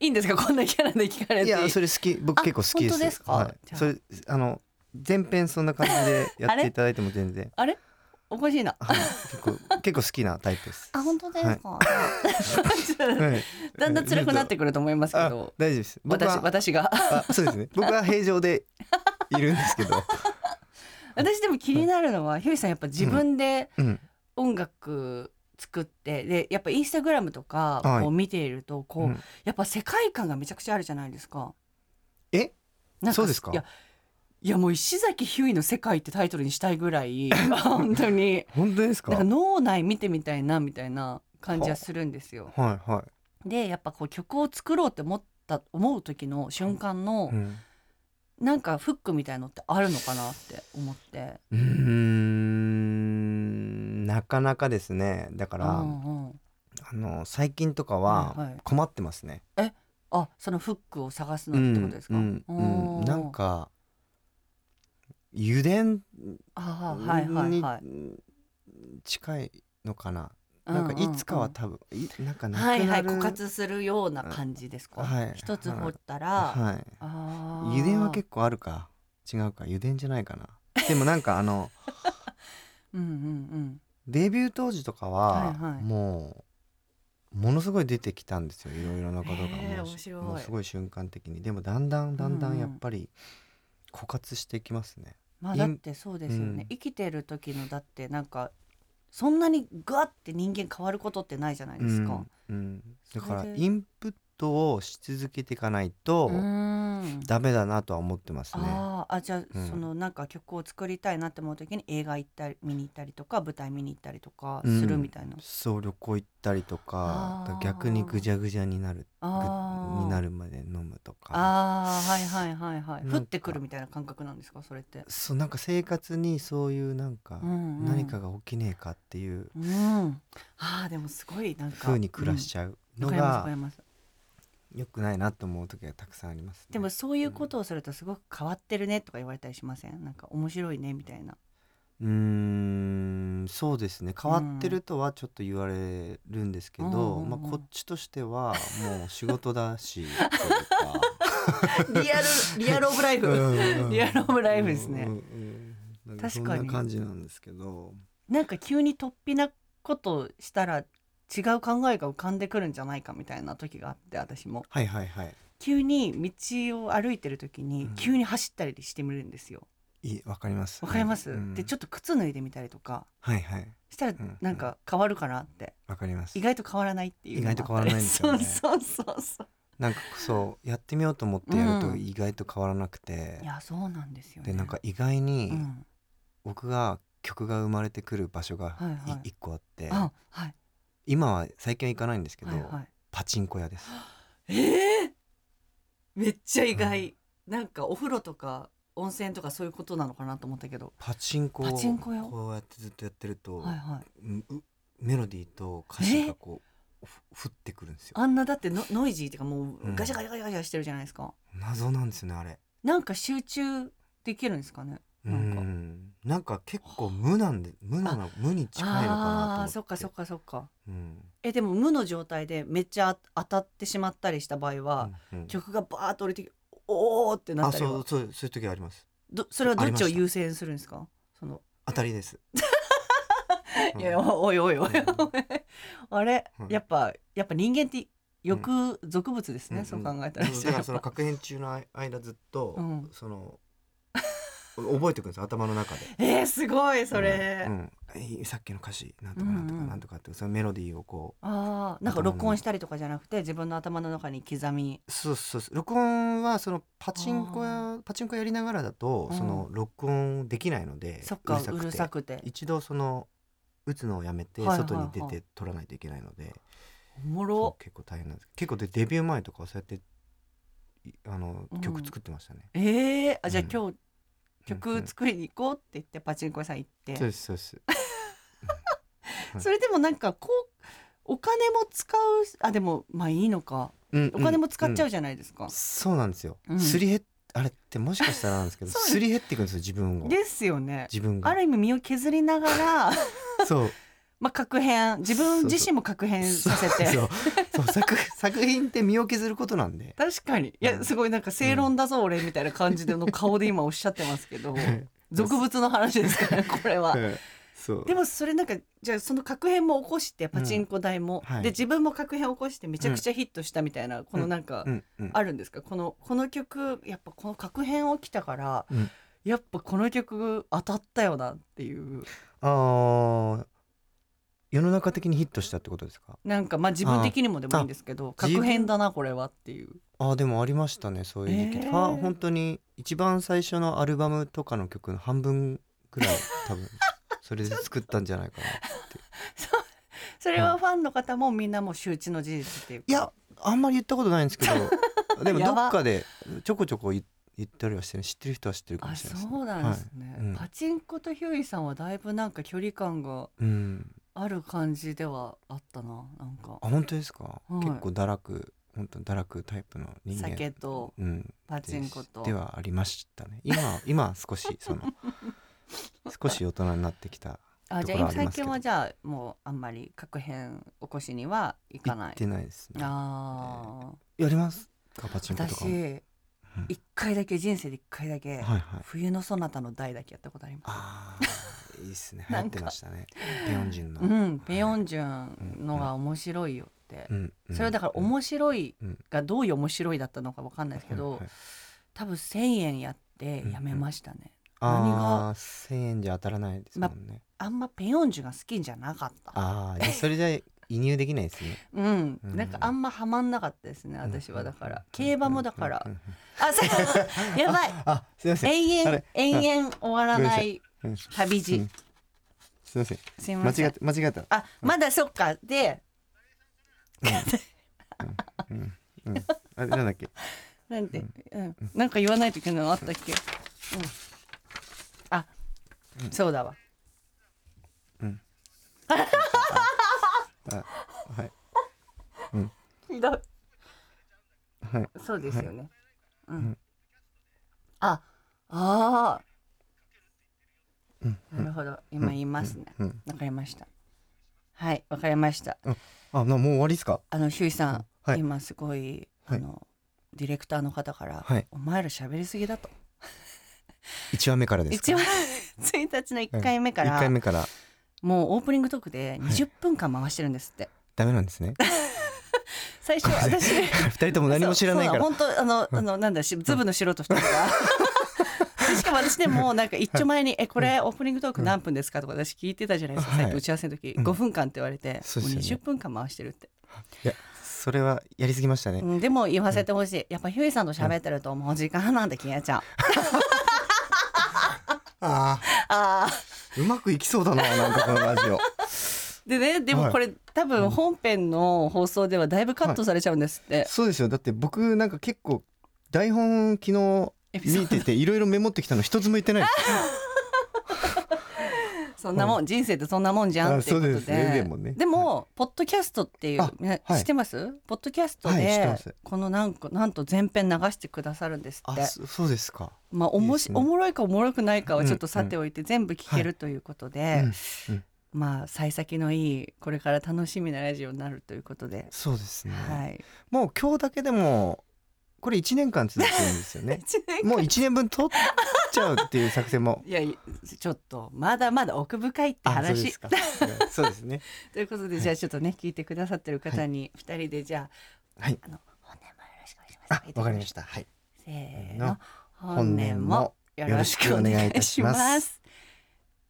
Speaker 2: いいんですかこんなキャラで聞かれ
Speaker 1: はい
Speaker 2: て
Speaker 1: い
Speaker 2: い
Speaker 1: やそれ好き僕
Speaker 2: あ
Speaker 1: 結構好きです
Speaker 2: 本当ですか
Speaker 1: はい
Speaker 2: じゃあ
Speaker 1: それあの前編そんな感じでやっていただいても全然
Speaker 2: あれおかしいな
Speaker 1: はい、結 構結構好きなタイプです。
Speaker 4: あ本当ですか、
Speaker 1: はい
Speaker 2: だんだん辛くなってくると思いますけ
Speaker 1: あ
Speaker 2: ど
Speaker 1: 大丈夫です。僕
Speaker 2: 私
Speaker 1: は
Speaker 2: 私が
Speaker 1: あそうですね。僕は平常でいるんですけ ど、
Speaker 2: 私でも気になるのはひょいさんやっぱ自分で
Speaker 1: うん、
Speaker 2: 音楽作ってでやっぱインスタグラムとか
Speaker 1: はい
Speaker 2: こう見ているとこう、
Speaker 1: うん
Speaker 2: やっぱ世界観がめちゃくちゃあるじゃないですか。
Speaker 1: え
Speaker 2: なん
Speaker 1: そうですか
Speaker 2: いやいやもう石崎ひゅーいの世界ってタイトルにしたいぐらい 本当に
Speaker 1: 本当ですか。
Speaker 2: なん
Speaker 1: はい
Speaker 2: か脳内見てみたいなみたいな感じはするんですよ。
Speaker 1: は
Speaker 2: でやっぱこう曲を作ろうって思った思う時の瞬間の
Speaker 1: い。うん
Speaker 2: なんかフックみたいのってあるのかなって思って。
Speaker 1: うーんなかなかですね。だから、
Speaker 2: うんうん
Speaker 1: あの最近とか
Speaker 2: はいは
Speaker 1: はい困ってますね。
Speaker 2: あそのフックを探すのにってことですか、
Speaker 1: うんうん
Speaker 2: お
Speaker 1: うん、
Speaker 2: ー
Speaker 1: なんか油田に
Speaker 2: あーはいはいはい
Speaker 1: 近いのかな。なんかいつかは多分、いなんかなくな
Speaker 2: はい
Speaker 1: る。
Speaker 2: はい枯渇するような感じですか、
Speaker 1: はい
Speaker 2: 一つ掘ったら、
Speaker 1: は
Speaker 2: あ
Speaker 1: い。油田は結構あるか違うか油田じゃないかな。でもなんかあの
Speaker 2: 構うんうん
Speaker 1: デビュー当時とかは、
Speaker 2: はいはい
Speaker 1: もうものすごい出てきたんですよいろいろなことがもう
Speaker 2: へー面白い
Speaker 1: もうすごい瞬間的にでもだんだんだんだんやっぱり枯渇してきますね。
Speaker 2: うんまあ
Speaker 1: い
Speaker 2: だってそうですよね、
Speaker 1: うん
Speaker 2: 生きてる時のだってなんかそんなにガッて人間変わることってないじゃないですか、
Speaker 1: うんうん、だから
Speaker 2: それで
Speaker 1: インプットをし続けていかないうと
Speaker 2: ん、
Speaker 1: ダメだなとは思ってますね。
Speaker 2: あーあじゃあ、
Speaker 1: うん
Speaker 2: そのなんか曲を作りたいなって思う時に映画行ったり見に行ったりとか舞台見に行ったりとかするみたいな、
Speaker 1: そう旅行行ったりと
Speaker 2: あ
Speaker 1: か
Speaker 2: ー
Speaker 1: だから逆にぐじゃぐじゃになるぐ
Speaker 2: あー
Speaker 1: になるまで飲むとか
Speaker 2: あーはいはいはいはい
Speaker 1: なん
Speaker 2: 降
Speaker 1: か
Speaker 2: ってくるみたいな感覚なんですかそれって、
Speaker 1: そうなんか生活にそういうなんか
Speaker 2: うんうん
Speaker 1: 何かが起きねえかっていう
Speaker 2: うん、あーでもすごいなんか
Speaker 1: 風に暮らしちゃう
Speaker 2: うん
Speaker 1: の
Speaker 2: わかりますわかり
Speaker 1: が
Speaker 2: ます
Speaker 1: 良くないなと思う時がたくさんありますね、
Speaker 2: でもそういうことをするとすごく変わってるねとか言われたりしませんなんか面白いねみた いな
Speaker 1: うーんそうですね変わってるとはちょっと言われるんですけど、
Speaker 2: うんうんうん
Speaker 1: まあ、こっちとしてはもう仕事だし
Speaker 2: リアルリアルオブライ
Speaker 1: というかう
Speaker 2: フ
Speaker 1: んうん
Speaker 2: リアルオブライフですね
Speaker 1: うんうんうんなん
Speaker 2: 確かに
Speaker 1: そんな感じなんですけど
Speaker 2: なんか急に突飛なことしたら違う考えが浮かんでくるんじゃないかみたいな時があって私も
Speaker 1: はいはいはい
Speaker 2: 急に道を歩いてる時に
Speaker 1: うん
Speaker 2: 急に走ったりしてみるんですよ
Speaker 1: いいわかります
Speaker 2: わかります、
Speaker 1: うん
Speaker 2: でちょっと靴脱いでみたりとか
Speaker 1: はいはい
Speaker 2: したら
Speaker 1: ん
Speaker 2: なんか変わるかなって
Speaker 1: わかります
Speaker 2: 意外と変わらないっていうのもあった
Speaker 1: 意外
Speaker 2: り
Speaker 1: と変わらないんですよね
Speaker 2: そうそうそうそう
Speaker 1: なんかそうやってみようと思ってやる
Speaker 2: う
Speaker 1: と
Speaker 2: ん
Speaker 1: 意外と変わらなくて
Speaker 2: い、やそうなんですよね
Speaker 1: でなんか意外に
Speaker 2: うん、
Speaker 1: 僕が曲が生まれてくる場所が
Speaker 2: はいはい
Speaker 1: い一個あって、
Speaker 2: あはい
Speaker 1: 今は最近は行かないんですけど、
Speaker 2: はいはい
Speaker 1: パチンコ屋です
Speaker 2: ええめっちゃ意外、なんかお風呂とか温泉とかそういうことなのかなと思ったけど
Speaker 1: パチンコを
Speaker 2: パチンコ屋
Speaker 1: こうやってずっとやってると、
Speaker 2: はいはい
Speaker 1: うんうメロディーと歌詞がこうふ降ってくるんですよ
Speaker 2: あんなだってノノイジーっていうかも
Speaker 1: う
Speaker 2: うんガシャガシャガシャガシャしてるじゃないですか、
Speaker 1: 謎なんですよねあれ
Speaker 2: なんか集中できるんですかね
Speaker 1: う
Speaker 2: なんか
Speaker 1: んなんか結構無なんで無なの無に近いのかなと思って
Speaker 2: あーそっかそっかそっか
Speaker 1: うん
Speaker 2: えでも無の状態でめっちゃあ当たってしまったりした場合は、
Speaker 1: うんうん
Speaker 2: 曲がバーッと降りてきておーってな
Speaker 1: あ
Speaker 2: ったりは
Speaker 1: そうそうそういう時あります
Speaker 2: どそれはどっちを
Speaker 1: ありました
Speaker 2: 優先するんですかその
Speaker 1: 当たりです、
Speaker 2: いやおおいおいおいおい、
Speaker 1: うん
Speaker 2: あれ、
Speaker 1: うん
Speaker 2: やっぱやっぱ人間って欲、俗物ですね、
Speaker 1: んん
Speaker 2: そう考えたら、
Speaker 1: うんだからその確変中の間ずっと、
Speaker 2: うん
Speaker 1: その 覚えてくるんですよ頭の中で
Speaker 2: えー、すご いそれ、
Speaker 1: うんうんさっきの歌詞なんとかなんと
Speaker 2: うん
Speaker 1: か
Speaker 2: うん
Speaker 1: なんとかってそのメロディーをこ
Speaker 2: ああなんか録音したりとかじゃなくて自分の頭の中に刻み
Speaker 1: うそうそうそう録音はそのパチンコやパチンコやりながらだと、
Speaker 2: うん
Speaker 1: その録音できないので
Speaker 2: そっかうるさ
Speaker 1: く
Speaker 2: くて
Speaker 1: て一度その打つのをやめて
Speaker 2: はいはいはい
Speaker 1: 外に出て撮らないといけないので、
Speaker 2: おも
Speaker 1: そう
Speaker 2: ろ
Speaker 1: 結構大変なんです結構でデビュー前とかはそうやっていあの
Speaker 2: うん
Speaker 1: 曲作ってましたね、
Speaker 2: えー、あじゃあ
Speaker 1: うん
Speaker 2: 今日
Speaker 1: うんう
Speaker 2: 曲
Speaker 1: ん
Speaker 2: 作りに行こうって言ってパチンコ屋さん行って、
Speaker 1: そうですそうですはい
Speaker 2: それでもなんかこうお金も使うあでもまあいいのかお金も使っちゃう
Speaker 1: じ
Speaker 2: じゃないですか、
Speaker 1: そうなんですよ、
Speaker 2: うん
Speaker 1: すり減っあれってもしかしたらなんですけど
Speaker 2: そうです
Speaker 1: すり減っていくんですよ自分を
Speaker 2: ですよね
Speaker 1: 自分が
Speaker 2: ある意味身を削りながら
Speaker 1: そう
Speaker 2: まあ確変自分自身も確変させて
Speaker 1: そうそう作作品って身を削ることなんで
Speaker 2: 確かにいうや
Speaker 1: ん
Speaker 2: すごいなんか正論だぞ、俺みたいな感じでの顔で今おっしゃってますけど俗物の話ですからねこれは。
Speaker 1: そう
Speaker 2: でもそれなんかじゃあその確変も起こしてパチンコ台も、
Speaker 1: はい
Speaker 2: で自分も確変起こしてめちゃくちゃヒットしたみたいな、このなんか、
Speaker 1: うんうん
Speaker 2: あるんですかこのこの曲やっぱこの確変起きたから、
Speaker 1: うん
Speaker 2: やっぱこの曲当たったよなっていう
Speaker 1: あー世の中的にヒットしたってことですか
Speaker 2: なんかまあ自分的にもでもいいんですけど
Speaker 1: あ自
Speaker 2: 確変だなこれはっていう。
Speaker 1: あーでもありましたねそういう時期、
Speaker 2: えー
Speaker 1: は本当に一番最初のアルバムとかの曲の半分ぐらい多 分それで作ったんじゃ ないかな
Speaker 2: そうそれはファンの方もみんなもう周知の事実っていうか
Speaker 1: いやあんまり言ったことないんですけど でもど
Speaker 2: やば
Speaker 1: っかでちょこちょこ言言ったりはしてる知ってる人は知ってるかも
Speaker 2: あ
Speaker 1: しれないです、ね、
Speaker 2: そうなんですね、
Speaker 1: はいうん
Speaker 2: パチンコとヒューイさんはだいぶなんか距離感が
Speaker 1: うん
Speaker 2: ある感じではあったななんか
Speaker 1: あ本当ですか、
Speaker 2: はい
Speaker 1: 結構堕落本当に堕落タイプの人間
Speaker 2: 酒と
Speaker 1: うん、
Speaker 2: パチン
Speaker 1: で
Speaker 2: コと
Speaker 1: ではありましたね今は今は少し その少し大人になってきた
Speaker 2: あじゃあ
Speaker 1: ところはあ
Speaker 2: 今
Speaker 1: り
Speaker 2: 最
Speaker 1: ますけ
Speaker 2: 近
Speaker 1: ど
Speaker 2: はじゃあもうあんまり確変起こしにはいか
Speaker 1: 行
Speaker 2: ない
Speaker 1: ってないですね
Speaker 2: ああ
Speaker 1: やりますかパチンコとかも
Speaker 2: 私
Speaker 1: うん
Speaker 2: 一回だけ人生で一回だ
Speaker 1: は
Speaker 2: け
Speaker 1: いはい
Speaker 2: 冬のそなたの代だけやったことあります
Speaker 1: あー いいですね流
Speaker 2: な
Speaker 1: 行
Speaker 2: んか
Speaker 1: ってましたねペヨンジュンの、
Speaker 2: うんペヨンジュンのが面白いよって
Speaker 1: うん
Speaker 2: それはだから面白い
Speaker 1: うん
Speaker 2: がどういう面白いだったのかわかんないですけ
Speaker 1: はい
Speaker 2: ど
Speaker 1: はい
Speaker 2: 多分1,000円やってやめましたね何が
Speaker 1: ああ1000円じゃ当たらないですもんね、
Speaker 2: あんまペヨンジュンが好きじゃなかった
Speaker 1: ああーそれじゃ移入できないですね
Speaker 2: うん
Speaker 1: うん
Speaker 2: なんかあんまハマんなかったですね私はだから競馬もだから
Speaker 1: うんうん
Speaker 2: あそうやばい
Speaker 1: あすいません
Speaker 2: 永
Speaker 1: あ
Speaker 2: 遠
Speaker 1: れ
Speaker 2: 永遠終わら
Speaker 1: ごめんな
Speaker 2: な
Speaker 1: さ
Speaker 2: い
Speaker 1: うん
Speaker 2: 旅
Speaker 1: う
Speaker 2: 路
Speaker 1: んすいません
Speaker 2: すいません
Speaker 1: 間違った間違った
Speaker 2: あまだそっかで
Speaker 1: うんうんあれなんだっけ
Speaker 2: なんで、うんなんか言わないといけないのあったっけ、うん、あ、そうだわ
Speaker 1: あはい
Speaker 2: ひどい
Speaker 1: はい
Speaker 2: そうですよね、うん、ああーなるほど今言いますねわ、
Speaker 1: うん
Speaker 2: かりましたはいわかりました
Speaker 1: あなもう終わりですか
Speaker 2: あのひゅういさん、
Speaker 1: はい
Speaker 2: 今すごいあの、ディレクターの方から、
Speaker 1: はい
Speaker 2: お前ら喋りすぎだと
Speaker 1: 一話目からですか
Speaker 2: 一番 1日の1回目から、
Speaker 1: 一回目から
Speaker 2: もうオープニングトークで20分間回してるんですって、
Speaker 1: ダメなん ですね
Speaker 2: 最初私
Speaker 1: 二人とも何も知らないから
Speaker 2: そうそうなの本当あのあのなんだしズブの素人として からでしかも私でもなんか一丁前に「えこれオープニングトーク何分ですか?」とか私聞いてたじゃないですか、
Speaker 1: はい
Speaker 2: さっき打ち合わせの時、5分間って言われて、もう
Speaker 1: そうですよね
Speaker 2: 20分間回してるって、
Speaker 1: いやそれはやりすぎましたね
Speaker 2: うんでも言わせてほしいやっぱひゅーいさんと喋ってるともう時間なんて消えちゃう
Speaker 1: あ
Speaker 2: あ
Speaker 1: ーうまくいきそうだななんかこのラジ オ
Speaker 2: ーでねでもこれ、多分本編の放送ではだいぶカットされちゃうんですって、
Speaker 1: そうですよだって僕なんか結構台本昨日
Speaker 2: エピソード
Speaker 1: 見て ていろいろメモってきたの一つも言ってないです
Speaker 2: そんなもん、人生ってそんなもんじゃんっていうことで
Speaker 1: あそうですねでもね
Speaker 2: でもポッドキャストっていう
Speaker 1: あ、
Speaker 2: ね
Speaker 1: はい
Speaker 2: 知ってますポッドキャストで、
Speaker 1: はい知ってます
Speaker 2: このなんかなんと全編流してくださるんですって
Speaker 1: あそそうですか
Speaker 2: まあおもし
Speaker 1: いいですね
Speaker 2: おもろいかおもろくないかはちょっとさておいて、全部聞けるということで、
Speaker 1: うんうん
Speaker 2: まあ幸先のいいこれから楽しみなラジオになるということで、
Speaker 1: そうですね、
Speaker 2: はい
Speaker 1: もう今日だけでもこれ1年間続くんですよ ねもう1年分取っちゃうっていう作戦も
Speaker 2: いやいちょっとまだまだ奥 深いって
Speaker 1: あそう
Speaker 2: 話
Speaker 1: ですかうんそうですね
Speaker 2: ということでじゃあちょっとね聞いてくださってる方に2人でじゃ
Speaker 1: はい
Speaker 2: あ,、あの本年もよろしくお願
Speaker 1: あ
Speaker 2: いします
Speaker 1: わかりましたはい
Speaker 2: せー
Speaker 1: の
Speaker 2: の本年もよろしくお願いいたします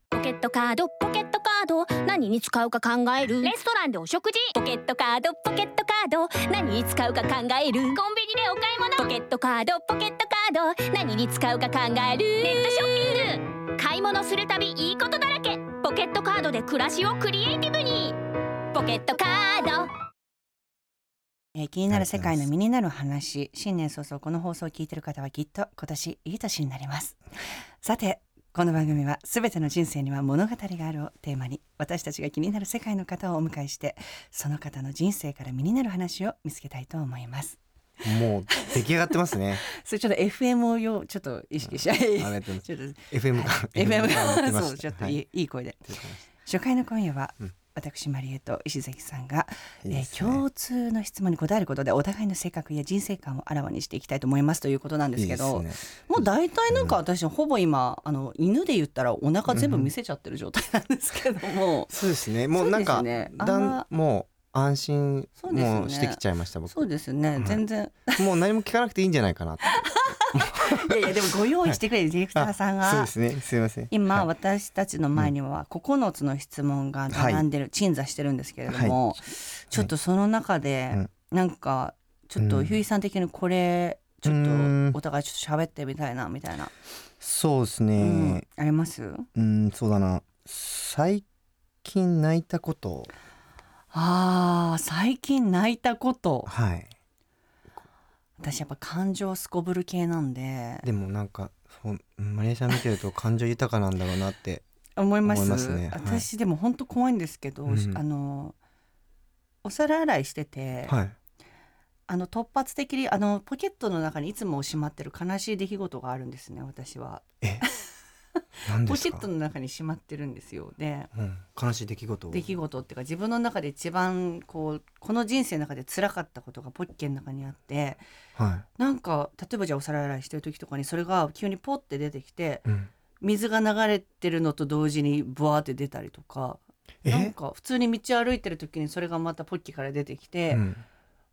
Speaker 5: ポケットカードポケットカード何に使うか考えるレストランでお食事ポケットカードポケットカード何に使うか考えるコンビニでお買い物ポケットカードポケットカード何に使うか考えるネットショッピング買い物するたびいいことだらけポケットカードで暮らしをクリエイティブにポケットカード
Speaker 2: えー気になる世界の身になる話新年早々この放送を聞いてる方はきっと今年いい年になりますさてこの番組はすべての人生には物語があるをテーマに私たちが気になる世界の方をお迎えしてその方の人生から身になる話を見つけたいと思います
Speaker 1: もう出来上がってます ね
Speaker 2: それちょっと FM をよちょっと意識しちゃい、
Speaker 1: ありがとうございます
Speaker 2: ちょっと
Speaker 1: FM が
Speaker 2: FM
Speaker 1: が
Speaker 2: がそうちょっといいいい声で
Speaker 1: 出てきまし
Speaker 2: 初回の今夜は、
Speaker 1: うん
Speaker 2: 私マリエと石崎さんが、
Speaker 1: いいで
Speaker 2: えー
Speaker 1: すね
Speaker 2: 共通の質問に答えることでお互いの性格や人生観をあらわにしていきたいと思いますということなんですけど
Speaker 1: いいですね
Speaker 2: もう大体なんか私ほぼ今あの犬で言ったらお腹全部見せちゃってる状態なんですけども、
Speaker 1: そうですね。もうなん
Speaker 2: そ
Speaker 1: か、
Speaker 2: うですねあん
Speaker 1: だ
Speaker 2: ま
Speaker 1: んもう安心
Speaker 2: そうですよね
Speaker 1: もうしてきちゃいました、
Speaker 2: そう
Speaker 1: 僕。
Speaker 2: ですね
Speaker 1: い
Speaker 2: 全然、
Speaker 1: もう何も聞かなくていいんじゃないかなって。
Speaker 2: い、やいやでもご用意してくれるディレクターさんが、
Speaker 1: そうですね。すいません。
Speaker 2: 今、
Speaker 1: はい
Speaker 2: 私たちの前には9つの質問が並んでる、鎮座してるんですけれども、ちょっとその中で、
Speaker 1: うん
Speaker 2: なんかちょっ
Speaker 1: う
Speaker 2: と
Speaker 1: ん
Speaker 2: ひゅーいさん的にこれちょ
Speaker 1: う
Speaker 2: っ
Speaker 1: ん
Speaker 2: とお互いちょっと喋ってみたいなみたいな、
Speaker 1: そうです
Speaker 2: うん
Speaker 1: ね。
Speaker 2: あります
Speaker 1: うん、そうだな。最近泣いたこと。
Speaker 2: あー最近泣いたこと
Speaker 1: はい。
Speaker 2: 私やっぱ感情すこぶる系なんで
Speaker 1: でもなんか、そうマリエちゃん見てると感情豊かなんだろうなって。
Speaker 2: 思います
Speaker 1: 思いますねはい
Speaker 2: 私でも本当怖いんですけど、
Speaker 1: うん
Speaker 2: あのお皿洗いしてて、
Speaker 1: はい。
Speaker 2: あの突発的にあのポケットの中にいつもしまってる悲しい出来事があるんですね私は
Speaker 1: え。何で
Speaker 2: ポ
Speaker 1: す
Speaker 2: ケ
Speaker 1: か
Speaker 2: ットの中にしまってるんですよで
Speaker 1: うん、悲しい出来事を。
Speaker 2: 出来事っていうか自分の中で一番こうこの人生の中で辛かったことがポッケの中にあって
Speaker 1: は
Speaker 2: なんか例えばじゃあお皿洗いしてる時とかにそれが急にポッて出てきて
Speaker 1: い。うん。
Speaker 2: 水が流れてるのと同時にブワーって出たりとかなん
Speaker 1: え。
Speaker 2: か普通に道歩いてる時にそれがまたポッケから出てきて
Speaker 1: う、ん。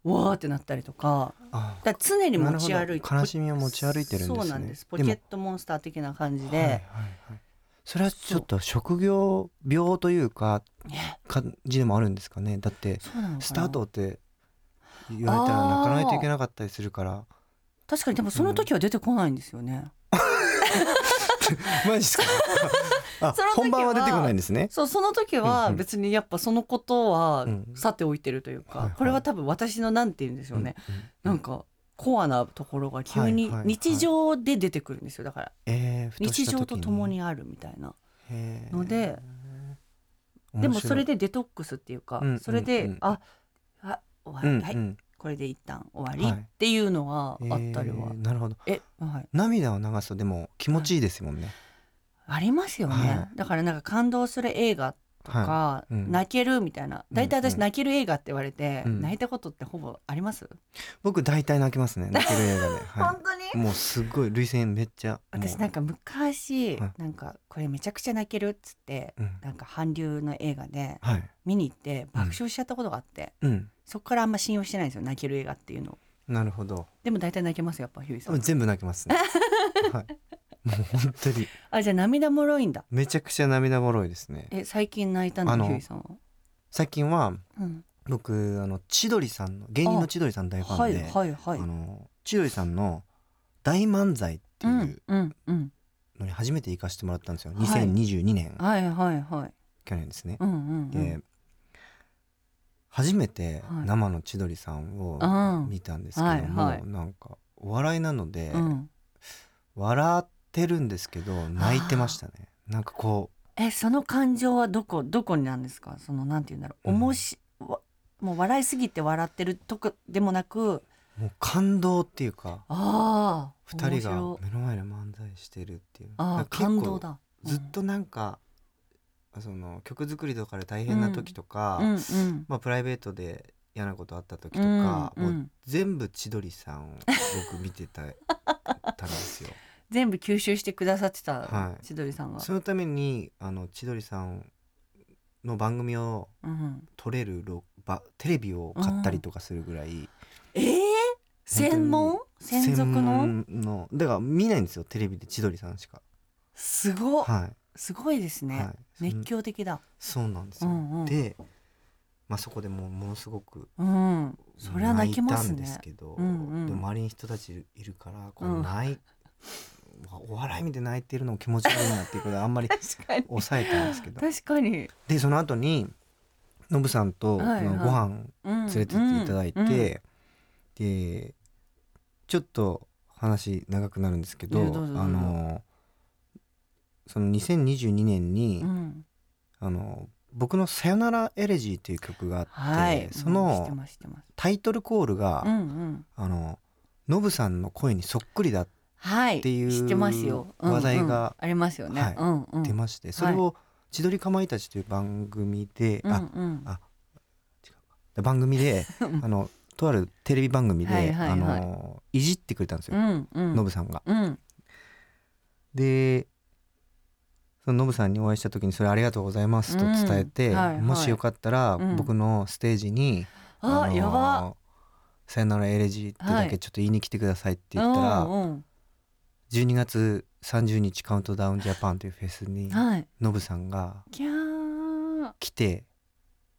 Speaker 2: わーってなったりとか
Speaker 1: あ
Speaker 2: だから常に持ち
Speaker 1: なる
Speaker 2: 歩い
Speaker 1: ほ
Speaker 2: て
Speaker 1: ど悲しみを持ち歩いてるんですね
Speaker 2: そうなんですポ
Speaker 1: で
Speaker 2: ケ
Speaker 1: も
Speaker 2: ットモンスター的な感じで、
Speaker 1: はいはいはい、それはちょっと職業病というか感じでもあるんですかねだって
Speaker 2: そうなのかな
Speaker 1: スタートって言われたら泣かないといけなかったりするから
Speaker 2: 確かにでもその時は出てこないんですよね、
Speaker 1: マジ ですかあ
Speaker 2: その時は
Speaker 1: 本番は出てこないんですね
Speaker 2: そうその時
Speaker 1: うん
Speaker 2: は
Speaker 1: うん
Speaker 2: 別にやっぱそのことは
Speaker 1: うん
Speaker 2: さておいてるというか、
Speaker 1: はいはい
Speaker 2: これは多分私のなんて言うんでしょうね、なんかコアなところが急に
Speaker 1: はいはいはい
Speaker 2: 日常で出てくるんですよだから
Speaker 1: えーふとし
Speaker 2: 日
Speaker 1: た時
Speaker 2: 常と共にあるみたいな
Speaker 1: へー
Speaker 2: ので
Speaker 1: 面白い
Speaker 2: でもそれでデトックスっていうか、
Speaker 1: うんうんうん
Speaker 2: それでああ終
Speaker 1: うん
Speaker 2: わり、
Speaker 1: うん
Speaker 2: はいこれで一旦終わり
Speaker 1: はい
Speaker 2: っていうのはあったりは
Speaker 1: えー、なるほど
Speaker 2: えはい、
Speaker 1: 涙を流すとでも気持ちいいですもんね、
Speaker 2: ありますよね、
Speaker 1: は
Speaker 2: だからなんか感動する映画とか、
Speaker 1: いうん
Speaker 2: 泣けるみたいな大体
Speaker 1: うんう
Speaker 2: 私
Speaker 1: ん
Speaker 2: 泣ける映画って言われて、
Speaker 1: うん
Speaker 2: 泣いたことってほぼあります、
Speaker 1: 僕大体泣きますね泣ける映画 で、は
Speaker 4: 当に
Speaker 1: い、もうすっごい涙腺めっちゃ
Speaker 2: 私なん
Speaker 1: か、
Speaker 2: か昔、
Speaker 1: はい
Speaker 2: なんかこれめちゃくちゃ泣けるっつって
Speaker 1: うん
Speaker 2: なんか韓流の映画で
Speaker 1: はい
Speaker 2: 見に行って爆笑しちゃったことがあって、
Speaker 1: うん
Speaker 2: そこからあんま信用してないんですよ泣ける映画っていうのを
Speaker 1: なるほど
Speaker 2: でも大体泣けますよやっぱひゅーいさん
Speaker 1: 全部泣きます ねはいもう本当に
Speaker 2: あじゃあ涙もろいんだ
Speaker 1: めちゃくちゃ涙もろいですね
Speaker 2: え最近泣いた
Speaker 1: あ
Speaker 2: の
Speaker 1: の
Speaker 2: ひゅーいさんは、
Speaker 1: 最近は
Speaker 2: うん、
Speaker 1: 僕あの千鳥さんの芸人の千鳥さん大ファ
Speaker 2: は
Speaker 1: ン
Speaker 2: い
Speaker 1: で、
Speaker 2: はいはい
Speaker 1: あの千鳥さんの大漫才って
Speaker 2: う
Speaker 1: いうん
Speaker 2: うんうん
Speaker 1: のに初めて行かせてもらったんですよ、
Speaker 2: はい
Speaker 1: 2022年、
Speaker 2: はいはいはい
Speaker 1: 去年ですね
Speaker 2: う、んうんうん、
Speaker 1: で初めて
Speaker 2: はい
Speaker 1: 生の千鳥さん
Speaker 2: う
Speaker 1: を
Speaker 2: ん
Speaker 1: 見たんですけども、
Speaker 2: はいはい
Speaker 1: なんかお笑いなので、
Speaker 2: うん、
Speaker 1: 笑ってるんですけど泣いてましたねなんかこう
Speaker 2: えその感情はどこどこになんですかそのなんて言うんだろう、
Speaker 1: うん
Speaker 2: おもしわもう笑いすぎて笑ってるとかでもなく
Speaker 1: もう感動っていうか
Speaker 2: ああ
Speaker 1: 2
Speaker 2: 面
Speaker 1: 人
Speaker 2: 白
Speaker 1: が目
Speaker 2: い
Speaker 1: の前で漫才してるっていう
Speaker 2: あ
Speaker 1: な
Speaker 2: あ
Speaker 1: んか結構
Speaker 2: 感動だ
Speaker 1: ずっとなんか、その曲作りとかで大変な時とか、
Speaker 2: うんうん
Speaker 1: まあ、プライベートで嫌なことあった時とか、
Speaker 2: うんうん
Speaker 1: もう全部千鳥さんを僕見てたたんです よ。
Speaker 2: 全部吸収してくださってた、
Speaker 1: はい
Speaker 2: 千鳥さんが
Speaker 1: そのためにあの千鳥さんの番組を
Speaker 2: うん、
Speaker 1: 撮れるろばテレビを買ったりとかするぐらい、
Speaker 2: ええ専門専属の
Speaker 1: 専門のだから見ないんですよテレビで千鳥さんしか
Speaker 2: すご、
Speaker 1: はい
Speaker 2: すごいですね、
Speaker 1: はいそん
Speaker 2: 熱狂的だ
Speaker 1: そうなんですよ、
Speaker 2: うんうん
Speaker 1: で、まあ、そこでもうものすごく
Speaker 2: うんそりゃ泣きます
Speaker 1: 泣いたんです
Speaker 2: ね
Speaker 1: けど、
Speaker 2: うんうん
Speaker 1: でも周りに人たちいるからこ
Speaker 2: う
Speaker 1: うん泣い、お笑い見て泣いてるのも気持ち悪いなっていうことであんま り
Speaker 2: 確かに
Speaker 1: 抑えたんですけど
Speaker 2: 確かに、
Speaker 1: でその後にノブさんとご
Speaker 2: はいはい
Speaker 1: 飯
Speaker 2: うん、
Speaker 1: 連れてっていただいて、
Speaker 2: うんうん
Speaker 1: でちょっと話長くなるんですけど
Speaker 2: いやどうぞどうぞ
Speaker 1: あのその2022年に、
Speaker 2: うん
Speaker 1: あの僕の「さよならエレジー」という曲があって、
Speaker 2: はい、
Speaker 1: そ
Speaker 2: うん知って
Speaker 1: の
Speaker 2: ます知ってます
Speaker 1: タイトルコールが、
Speaker 2: うんうん、
Speaker 1: あのノブさんの声にそっくりだっ
Speaker 2: はい、
Speaker 1: ていう
Speaker 2: 知ってますよ。うんうん
Speaker 1: 話題が
Speaker 2: ありますよね。
Speaker 1: はい
Speaker 2: うんうん、
Speaker 1: てまして、それを千鳥かまいたちという番組で、
Speaker 2: うんう
Speaker 1: あ
Speaker 2: ん
Speaker 1: あ番組 であのとあるテレビ番組で、
Speaker 2: はいはいはい
Speaker 1: あのいじってくれたんです
Speaker 2: う
Speaker 1: よ
Speaker 2: んう
Speaker 1: ノブ、
Speaker 2: ん
Speaker 1: さんが。
Speaker 2: うん
Speaker 1: でそのノブさんにお会いした時に「それありがとうございます」と伝えて、
Speaker 2: うんはいはい
Speaker 1: もしよかったら、
Speaker 2: うん
Speaker 1: 僕のステージに
Speaker 2: あやば
Speaker 1: 「さよならエレジー」ってだけちょっと言いに来てくださいって言ったら、
Speaker 2: うん
Speaker 1: 12月30日カウントダウンジャパンというフェスに
Speaker 2: うん、はい
Speaker 1: ノブさんが
Speaker 2: キャー
Speaker 1: 来て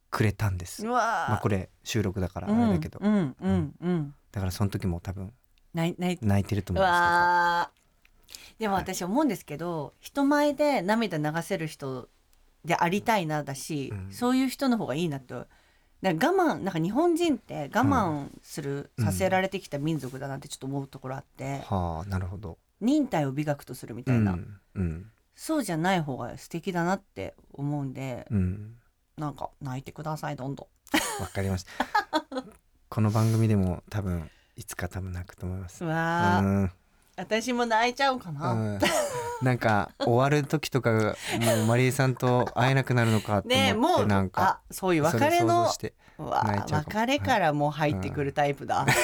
Speaker 1: くれたんです
Speaker 2: う。わー
Speaker 1: まあこれ収録だからあれだけど、
Speaker 2: うんうんうんうん
Speaker 1: だからその時も多分
Speaker 2: ないない
Speaker 1: 泣いてると
Speaker 2: う
Speaker 1: 思うんですけど。
Speaker 2: わーでも私思うんですけど、人前で涙流せる人でありたいなだし、
Speaker 1: うん
Speaker 2: そういう人の方がいいなと。なんか我慢なんか日本人って我慢する、
Speaker 1: うん
Speaker 2: させられてきた民族だなってちょっと思うところあって、
Speaker 1: はあなるほど。
Speaker 2: 忍耐を美学とするみ
Speaker 1: う
Speaker 2: たいな、
Speaker 1: んうん
Speaker 2: そうじゃない方が素敵だなって思うんで、
Speaker 1: うん
Speaker 2: なんか泣いてくださいどんど
Speaker 1: わかり ました。この番組でも多分いつか多分泣くと思います。
Speaker 2: ん。う
Speaker 1: う
Speaker 2: わー、
Speaker 1: んうん
Speaker 2: 私も泣いちゃうかな。
Speaker 1: なんか終わる時とかがもうマリエさんと会えなくなるのかと
Speaker 2: ねえ
Speaker 1: 思っ
Speaker 2: も
Speaker 1: て
Speaker 2: う
Speaker 1: なんか
Speaker 2: あそういう
Speaker 1: そ
Speaker 2: 別れ
Speaker 1: 想
Speaker 2: の
Speaker 1: 像して
Speaker 2: うわ
Speaker 1: 泣いちゃうかも
Speaker 2: 別れからもう入ってくるタイプだ。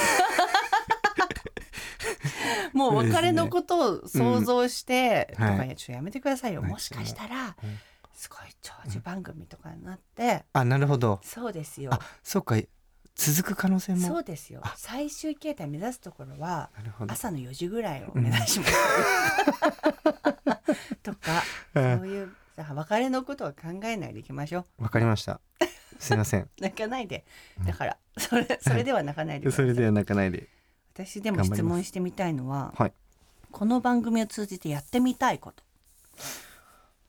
Speaker 2: もう別れのことを想像して、
Speaker 1: うんはい
Speaker 2: とかいやちょっとやめてくださいよ、
Speaker 1: はい
Speaker 2: もしかしたら、
Speaker 1: うん
Speaker 2: すごい長寿番組とかになって、
Speaker 1: あなるほど。
Speaker 2: そうですよ
Speaker 1: あそうか続く可能性も。
Speaker 2: そうですよ
Speaker 1: あ
Speaker 2: 最終形態目指すところは
Speaker 1: なるほど。
Speaker 2: 朝の4時ぐらいを目指します、とかそういうさ別れのことは考えないでいきましょう
Speaker 1: わかりました。すいませ ん。
Speaker 2: 泣かないで
Speaker 1: うん
Speaker 2: だからそれそれでは泣かないでください
Speaker 1: は泣かないで。
Speaker 2: 私でも質問してみたいのは、
Speaker 1: はい
Speaker 2: この番組を通じてやってみたいこと、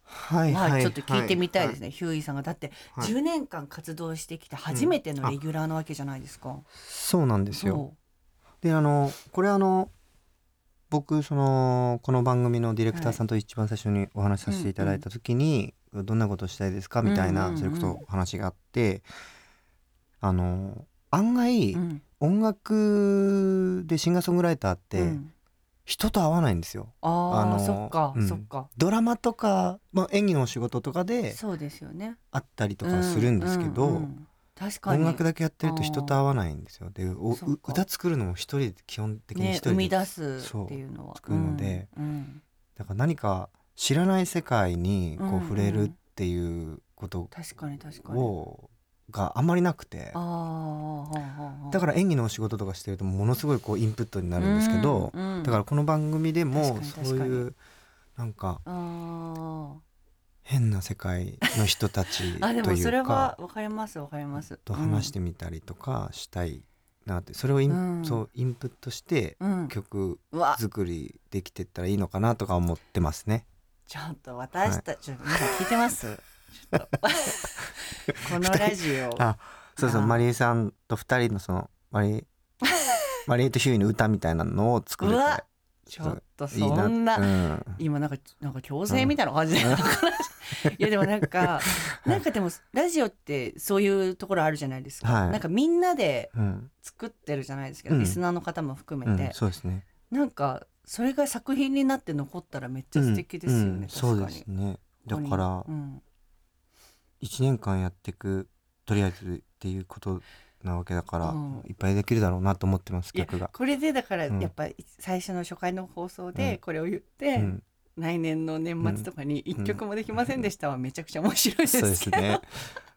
Speaker 1: はい
Speaker 2: まあ
Speaker 1: はい。
Speaker 2: ちょっと聞いてみたいですね、ヒューイさんがだって
Speaker 1: はい
Speaker 2: 10年間活動してきて初めてのレギュラーなわけじゃないですか。
Speaker 1: そうなんですよ。
Speaker 2: そ
Speaker 1: であのこれあの僕そのこの番組のディレクターさんと一番最初にお話しさせていただいた時に、どんなことしたいですかみたいな、
Speaker 2: うんうんうん
Speaker 1: それこそお話があってあの案外、
Speaker 2: ううん
Speaker 1: 音楽でシンガーソングライターっ
Speaker 2: う
Speaker 1: て
Speaker 2: ん
Speaker 1: 人と会わないんですよ。
Speaker 2: あー
Speaker 1: あのー
Speaker 2: そっか、
Speaker 1: うん
Speaker 2: そっか
Speaker 1: ドラマとか、まあ、演技のお仕事とかで
Speaker 2: そうですよね。
Speaker 1: 会ったりとかするんですけど、
Speaker 2: うんうんうん確か
Speaker 1: 音
Speaker 2: に
Speaker 1: 楽だけやってると人と会わないんですよ。でお
Speaker 2: そうか
Speaker 1: 歌作るのも一人で基本的に一
Speaker 2: ね
Speaker 1: 人
Speaker 2: 生
Speaker 1: で
Speaker 2: み出すっていうの
Speaker 1: そ
Speaker 2: は。
Speaker 1: う作るので
Speaker 2: うんうん
Speaker 1: だから何か知らない世界に
Speaker 2: うんう
Speaker 1: こ
Speaker 2: ん
Speaker 1: う触れるっていうこと
Speaker 2: 確かに確かに。
Speaker 1: をがあんまりなくて
Speaker 2: ああ
Speaker 1: だ
Speaker 2: か
Speaker 1: から演技のお仕事とかしてるとものすごいこうインプットになるんですけどだからこの番組でも
Speaker 2: 確かに
Speaker 1: そういうなんから
Speaker 2: ああ。
Speaker 1: 変な世界の人たち
Speaker 2: あで
Speaker 1: と
Speaker 2: も
Speaker 1: い
Speaker 2: それ
Speaker 1: う
Speaker 2: は
Speaker 1: か
Speaker 2: わかりますわかります。
Speaker 1: と話してみたりとかしたいなってそれをイン,、
Speaker 2: うん
Speaker 1: そうインプットして
Speaker 2: うん、うん、
Speaker 1: 曲
Speaker 2: うわ
Speaker 1: 作りできてったらいいのかなとか思ってますね。
Speaker 2: ちょっと私たち、皆さん聞いてます。ちょっ とこのラジオ
Speaker 1: あそうそう
Speaker 2: あー
Speaker 1: マリエさんと二人のそのマ リエマリエとヒューイの歌みたいなのを作れ
Speaker 2: う
Speaker 1: て
Speaker 2: わちょっとそんな。
Speaker 1: うん
Speaker 2: 今なんかなんか強制みたいな感じで、いやでもな んかなんかでもラジオってそういうところあるじゃないですか、
Speaker 1: はい
Speaker 2: なんかみんなで
Speaker 1: うん
Speaker 2: 作ってるじゃないですけど、
Speaker 1: うん
Speaker 2: リスナーの方も含
Speaker 1: う
Speaker 2: め
Speaker 1: ん
Speaker 2: て、
Speaker 1: そうですね。
Speaker 2: なんかそれが作品になって残ったらめっちゃ素敵ですよね、
Speaker 1: うんうん
Speaker 2: 確か
Speaker 1: そ
Speaker 2: に
Speaker 1: うですね。だ
Speaker 2: ここに
Speaker 1: から
Speaker 2: うん
Speaker 1: 一年間やっていくとりあえずっていうことなわけだから、
Speaker 2: うん
Speaker 1: いっぱいできるだろうなと思ってます
Speaker 2: いや
Speaker 1: 曲が。
Speaker 2: これでだから
Speaker 1: うん
Speaker 2: やっぱ最初の初回の放送
Speaker 1: うん
Speaker 2: でこれを言って、
Speaker 1: うん、
Speaker 2: 来年の年末とかに一曲もできませんでしたはめちゃくちゃ面白いです
Speaker 1: そうです
Speaker 2: けど、
Speaker 1: ね。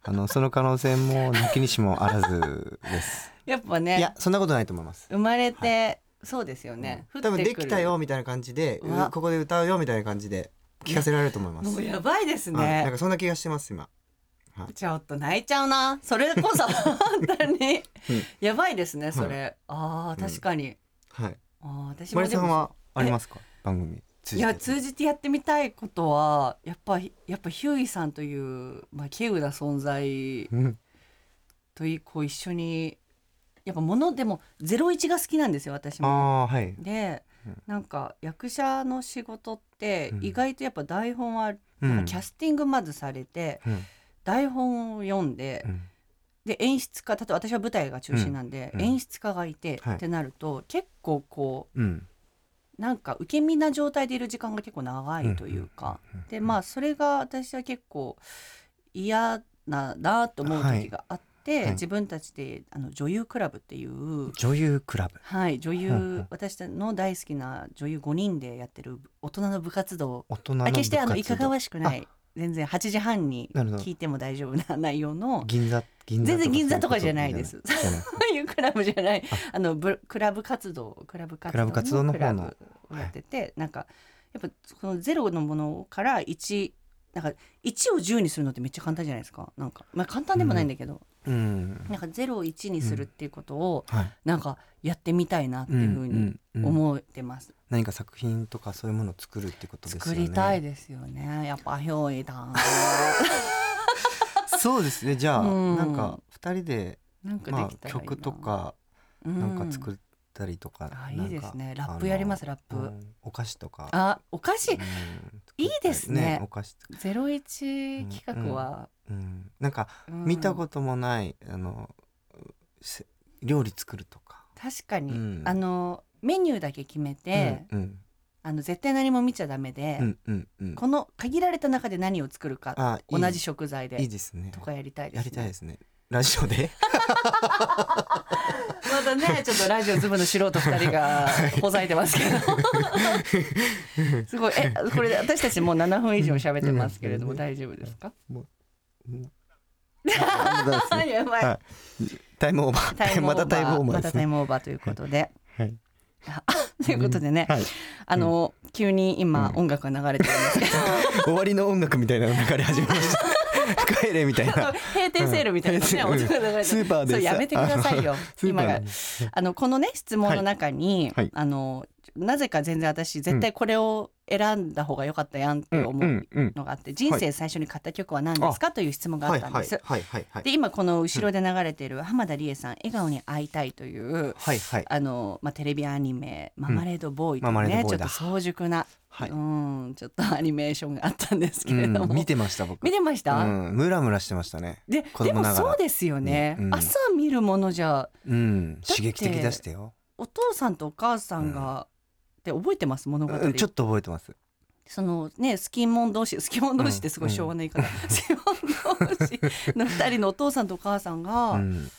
Speaker 1: あのその可能性もなきにしもあらずです。
Speaker 2: やっぱ
Speaker 1: いや
Speaker 2: ね
Speaker 1: そんなことないと思います。
Speaker 2: 生まれて、そうですよね、
Speaker 1: うん
Speaker 2: 降
Speaker 1: 多
Speaker 2: っ
Speaker 1: 分
Speaker 2: て
Speaker 1: で
Speaker 2: くる
Speaker 1: きたよみたいな感じで
Speaker 2: うわ
Speaker 1: うここで歌うよみたいな感じで聞かせられると思います
Speaker 2: もうやばいです
Speaker 1: はいなん
Speaker 2: ね
Speaker 1: かそんな気がしてます今
Speaker 2: ちょっと泣いちゃうなそれこ そ本当に、やばいですねそれ、あー確かに、
Speaker 1: はい
Speaker 2: あー私
Speaker 1: マ
Speaker 2: も
Speaker 1: リ
Speaker 2: で
Speaker 1: さん
Speaker 2: も
Speaker 1: はありますか番組通じ
Speaker 2: い
Speaker 1: て
Speaker 2: や通じてやってみたいことはやっぱやっぱヒューイさんというまあ稀有な存在
Speaker 1: うん
Speaker 2: といこう一緒にやっぱものでも「ゼロ一が好きなんですよ私
Speaker 1: あ
Speaker 2: も。
Speaker 1: あはいうん
Speaker 2: で、なんか役者の仕事って
Speaker 1: うん
Speaker 2: 意外とやっぱ台本は、
Speaker 1: う
Speaker 2: なんか
Speaker 1: ん
Speaker 2: キャスティングまずされて
Speaker 1: うん
Speaker 2: 台本を読んで、
Speaker 1: うん
Speaker 2: で演出家例えば私は舞台が中心なんで、
Speaker 1: うんうん
Speaker 2: 演出家がいて、
Speaker 1: はい
Speaker 2: ってなると結構こ
Speaker 1: うん
Speaker 2: うなんか受け身な状態でいる時間が結構長いというか、でまあそれが私は結構嫌ななと思う時があっ
Speaker 1: は
Speaker 2: て、
Speaker 1: い
Speaker 2: 自分たちであの女優クラブっていう、
Speaker 1: 女優クラブ
Speaker 2: はい、女優、
Speaker 1: うんうん
Speaker 2: 私たちの大好きな女優5人でやってる大人の部活動
Speaker 1: 大人の
Speaker 2: あ
Speaker 1: 部
Speaker 2: 決してあの
Speaker 1: 活
Speaker 2: いかが
Speaker 1: 動
Speaker 2: わしくない全然8時半に
Speaker 1: なるほど
Speaker 2: 聞いても大丈夫な内容の
Speaker 1: 銀座銀座
Speaker 2: 全
Speaker 1: そう
Speaker 2: 然
Speaker 1: いう
Speaker 2: 銀座と
Speaker 1: こ
Speaker 2: かじゃないです
Speaker 1: じゃない
Speaker 2: そういうクラブじゃないあのブクラブ活動クラブ活
Speaker 1: ク
Speaker 2: 動
Speaker 1: ラブ活動の方の
Speaker 2: クラブをやってて、なんかやっぱそのゼロのものから1なんか1を10にするのってめっちゃ簡単じゃないですかなんか、まあ、簡単でもないんだけど、
Speaker 1: うん
Speaker 2: なんかゼロを1にするっていうことを
Speaker 1: はい
Speaker 2: なんかやってみたいなっていうふうに
Speaker 1: うんうんうん
Speaker 2: 思ってます、
Speaker 1: 何か作品とかそういうものを作るってことですよね
Speaker 2: 作りたいですよねやっぱひょいだ
Speaker 1: そうですねじゃあ、
Speaker 2: うん
Speaker 1: なんか二人で
Speaker 2: なんかできたらいいな、
Speaker 1: まあ曲とか
Speaker 2: う
Speaker 1: なんか作ったりとか、な
Speaker 2: あ
Speaker 1: い
Speaker 2: い
Speaker 1: んか
Speaker 2: ですねラップやりますラップ、
Speaker 1: うんお菓子とか
Speaker 2: あお菓子
Speaker 1: うん
Speaker 2: いいですね
Speaker 1: お菓子とか、
Speaker 2: ゼロ一企画は、
Speaker 1: うん、なんか
Speaker 2: うん
Speaker 1: 見たこともない、あのせ料理作るとか、
Speaker 2: 確かに、
Speaker 1: うん
Speaker 2: あのメニューだけ決めて、
Speaker 1: うん
Speaker 2: あの絶対何も見ちゃダメで、
Speaker 1: うんうんうんうん
Speaker 2: この限られた中で何を作るか
Speaker 1: あいい
Speaker 2: 同じ食材で
Speaker 1: いいですね
Speaker 2: とかやりたいです、ね、
Speaker 1: やりたいですねラジオ で
Speaker 2: また ねちょっとラジオズブの素人2人がほざいてますけどすごいえこれ私たちもう7分以上喋ってますけれども
Speaker 1: うん
Speaker 2: 大丈夫ですか、
Speaker 1: は
Speaker 2: あ
Speaker 1: い
Speaker 2: やばい
Speaker 1: タイムオーバー
Speaker 2: タイムオーバ
Speaker 1: またタイムオーバ
Speaker 2: ー
Speaker 1: ー
Speaker 2: ま
Speaker 1: で
Speaker 2: た
Speaker 1: す
Speaker 2: タイ
Speaker 1: ね
Speaker 2: ムオーバーということで。
Speaker 1: はい
Speaker 2: あということでね、
Speaker 1: はい
Speaker 2: あの急に今音楽が流れてるんですけど、
Speaker 1: 終わりの音楽みたいなの流れ始めました 帰れみたいな
Speaker 2: 閉店セールみたいなね、
Speaker 1: うん
Speaker 2: 音楽が流れて
Speaker 1: スーパーでさ
Speaker 2: そうやめてくださいよ
Speaker 1: スーパ
Speaker 2: 今
Speaker 1: ー
Speaker 2: が
Speaker 1: なんで
Speaker 2: あのこのね質問の中に、
Speaker 1: はいはい
Speaker 2: あのなぜか全然私絶対これを選んだ方が良かったやんって思う
Speaker 1: うんうん
Speaker 2: のがあって、人生最初に買った曲は何ですかという質問があったんです。
Speaker 1: はいはいはい
Speaker 2: で今この後ろで流れてる浜田理恵さん「笑顔に会いたい」という
Speaker 1: はいはい
Speaker 2: あの、まあ、テレビアニメ「ママレードボーイ」と
Speaker 1: ママ
Speaker 2: いう
Speaker 1: レー
Speaker 2: ね、
Speaker 1: ドボー
Speaker 2: ちょ
Speaker 1: イ
Speaker 2: っ
Speaker 1: だ
Speaker 2: と早熟な、、
Speaker 1: はいう
Speaker 2: んちょっとアニメーションがあったんです
Speaker 1: う
Speaker 2: けれども、
Speaker 1: ん、見てました僕
Speaker 2: 見てました、
Speaker 1: うん、ムラムラしてましたね
Speaker 2: で
Speaker 1: 子
Speaker 2: で
Speaker 1: 供
Speaker 2: も
Speaker 1: ながら
Speaker 2: そうですよね、
Speaker 1: うん
Speaker 2: 朝見るものじゃ
Speaker 1: うん
Speaker 2: って
Speaker 1: 刺激的出してよ、
Speaker 2: お父さんとお母さんが、って覚えてます物語、
Speaker 1: うん、ちょっと覚えてます
Speaker 2: そのねスキンモン同士スキンモン同士ってすごい昭和の言い方、スキンモン同士の2人のお父さんとお母さんが、
Speaker 1: うん、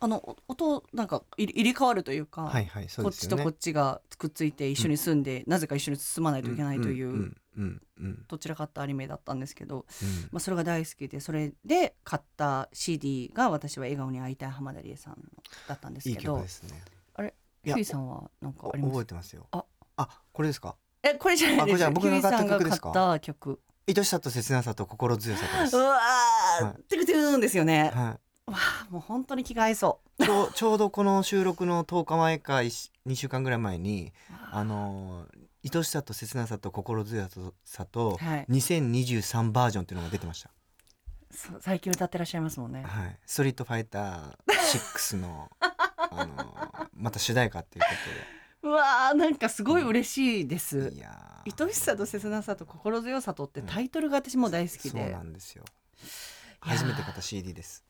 Speaker 2: あのおお父なんか入り入り替わるというか、
Speaker 1: はいはいそう
Speaker 2: こっ
Speaker 1: ですよ
Speaker 2: ちと
Speaker 1: ね
Speaker 2: こっちがくっついて一緒に住んで、なぜか一緒に住まないといけないという、
Speaker 1: うんうんうんうん
Speaker 2: どちらかったアニメだったんですけ
Speaker 1: う
Speaker 2: ど、
Speaker 1: ん
Speaker 2: まあ、それが大好きでそれで買った CD が私は笑顔に会いたい浜田理恵さんだったんです
Speaker 1: いい
Speaker 2: けど
Speaker 1: 曲ですねい
Speaker 2: ひ
Speaker 1: や
Speaker 2: ゅーいさんはなんか
Speaker 1: お
Speaker 2: ありま
Speaker 1: 覚え
Speaker 2: す
Speaker 1: てますよ
Speaker 2: あ
Speaker 1: あこれですか
Speaker 2: えこれじゃない
Speaker 1: あこ
Speaker 2: で
Speaker 1: れ
Speaker 2: す
Speaker 1: じゃない僕が買った
Speaker 2: ひゅーいさん
Speaker 1: 曲ですか
Speaker 2: が買った曲
Speaker 1: 愛しさと切なさと心強さとです
Speaker 2: うわー、
Speaker 1: はい
Speaker 2: てくてるんですよね、
Speaker 1: は
Speaker 2: わあもう本当に気が合いそう
Speaker 1: い、ちょうちょうどこの収録の10日前か1 2週間ぐらい前にあのー愛しさと切なさと心強さと
Speaker 2: はい
Speaker 1: 2023バージョンっていうのが出てました、
Speaker 2: そう最近歌ってらっしゃいますもんね
Speaker 1: はい、ストリートファイター6の あのーまた主題歌っていうこ
Speaker 2: うわーなんかすごい嬉しいです、
Speaker 1: とでいやー
Speaker 2: 愛しさと切なさと心強さとってタイトルが私も大好きで、
Speaker 1: そうなんですよ
Speaker 2: いやー
Speaker 1: 初めて買った CD です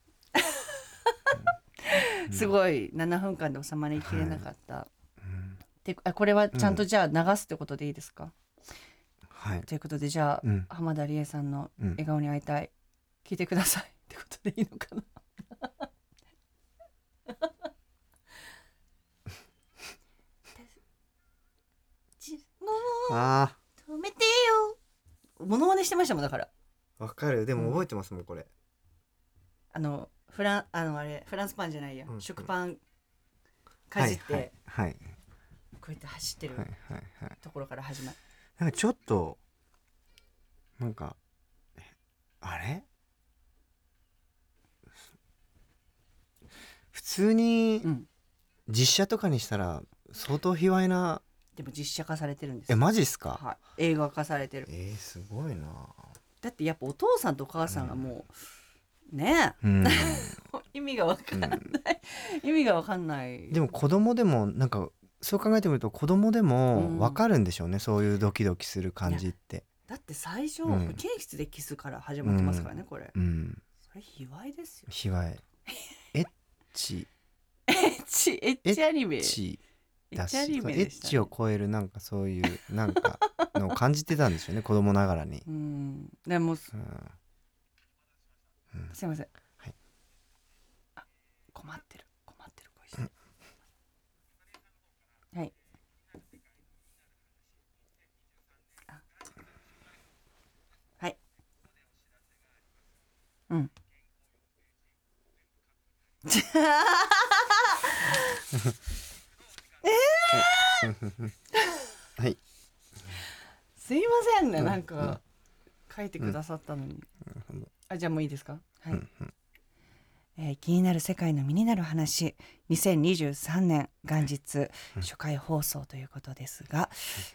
Speaker 2: すごい7分間で収まりきれなかった、であこれはちゃんとじゃあ流すってことでいいですか、
Speaker 1: はい
Speaker 2: ということでじゃあ、
Speaker 1: うん
Speaker 2: 浜田理恵さんの
Speaker 1: うん
Speaker 2: 笑顔に会いたい聞いてください ってことでいいのかな
Speaker 4: ち
Speaker 1: あ
Speaker 4: 止めてよ。
Speaker 2: モノマネしてましたもんだから
Speaker 1: ーわかるでも覚えてますもんこれ
Speaker 2: あのフランあのあれフランスパンじゃないや、
Speaker 1: うん
Speaker 2: 食パンかじって、
Speaker 1: はいはい
Speaker 2: こうやって走ってる
Speaker 1: はいはいはいはい
Speaker 2: ところから始まる、
Speaker 1: なんかちょっとなんかえあれ普通に
Speaker 2: うん
Speaker 1: 実写とかにしたら相当卑猥な、
Speaker 2: でも実写化されてるんです
Speaker 1: え
Speaker 2: よ、
Speaker 1: マジっすか
Speaker 2: はい、映画化されてる
Speaker 1: えー、すごいな
Speaker 2: だってやっぱお父さんとお母さんがもう、ね
Speaker 1: うん
Speaker 2: え 意味がわかんない、意味がわかんない
Speaker 1: でも子供でもなんかそう考えてみると子供で
Speaker 2: うん
Speaker 1: もわかるんでしょうね、そういうドキドキする感じって
Speaker 2: だって最初、
Speaker 1: うん
Speaker 2: 保健室でキスから始まってますからね、これ
Speaker 1: うん
Speaker 2: それ卑猥ですよ
Speaker 1: 卑猥エッチ
Speaker 2: エッチエッチアニメ
Speaker 1: エッチ
Speaker 2: エ
Speaker 1: だし
Speaker 2: エッチアリーベ
Speaker 1: エ
Speaker 2: でし
Speaker 1: ッ
Speaker 2: たね
Speaker 1: チを超えるなんかそういうなんかのを感じてたんです よね子供ながらに
Speaker 2: う、んでもす
Speaker 1: うん、
Speaker 2: すいません、
Speaker 1: はい
Speaker 2: あ困ってる困ってるこいつはいあはいうんじゃあ
Speaker 1: はい
Speaker 2: すいませんね、なんか書いてくださったのに、
Speaker 1: ほど
Speaker 2: あじゃあもういいですかはい、
Speaker 1: うん
Speaker 2: えー気になる世界の身になる話2023年元日初回放送ということですが、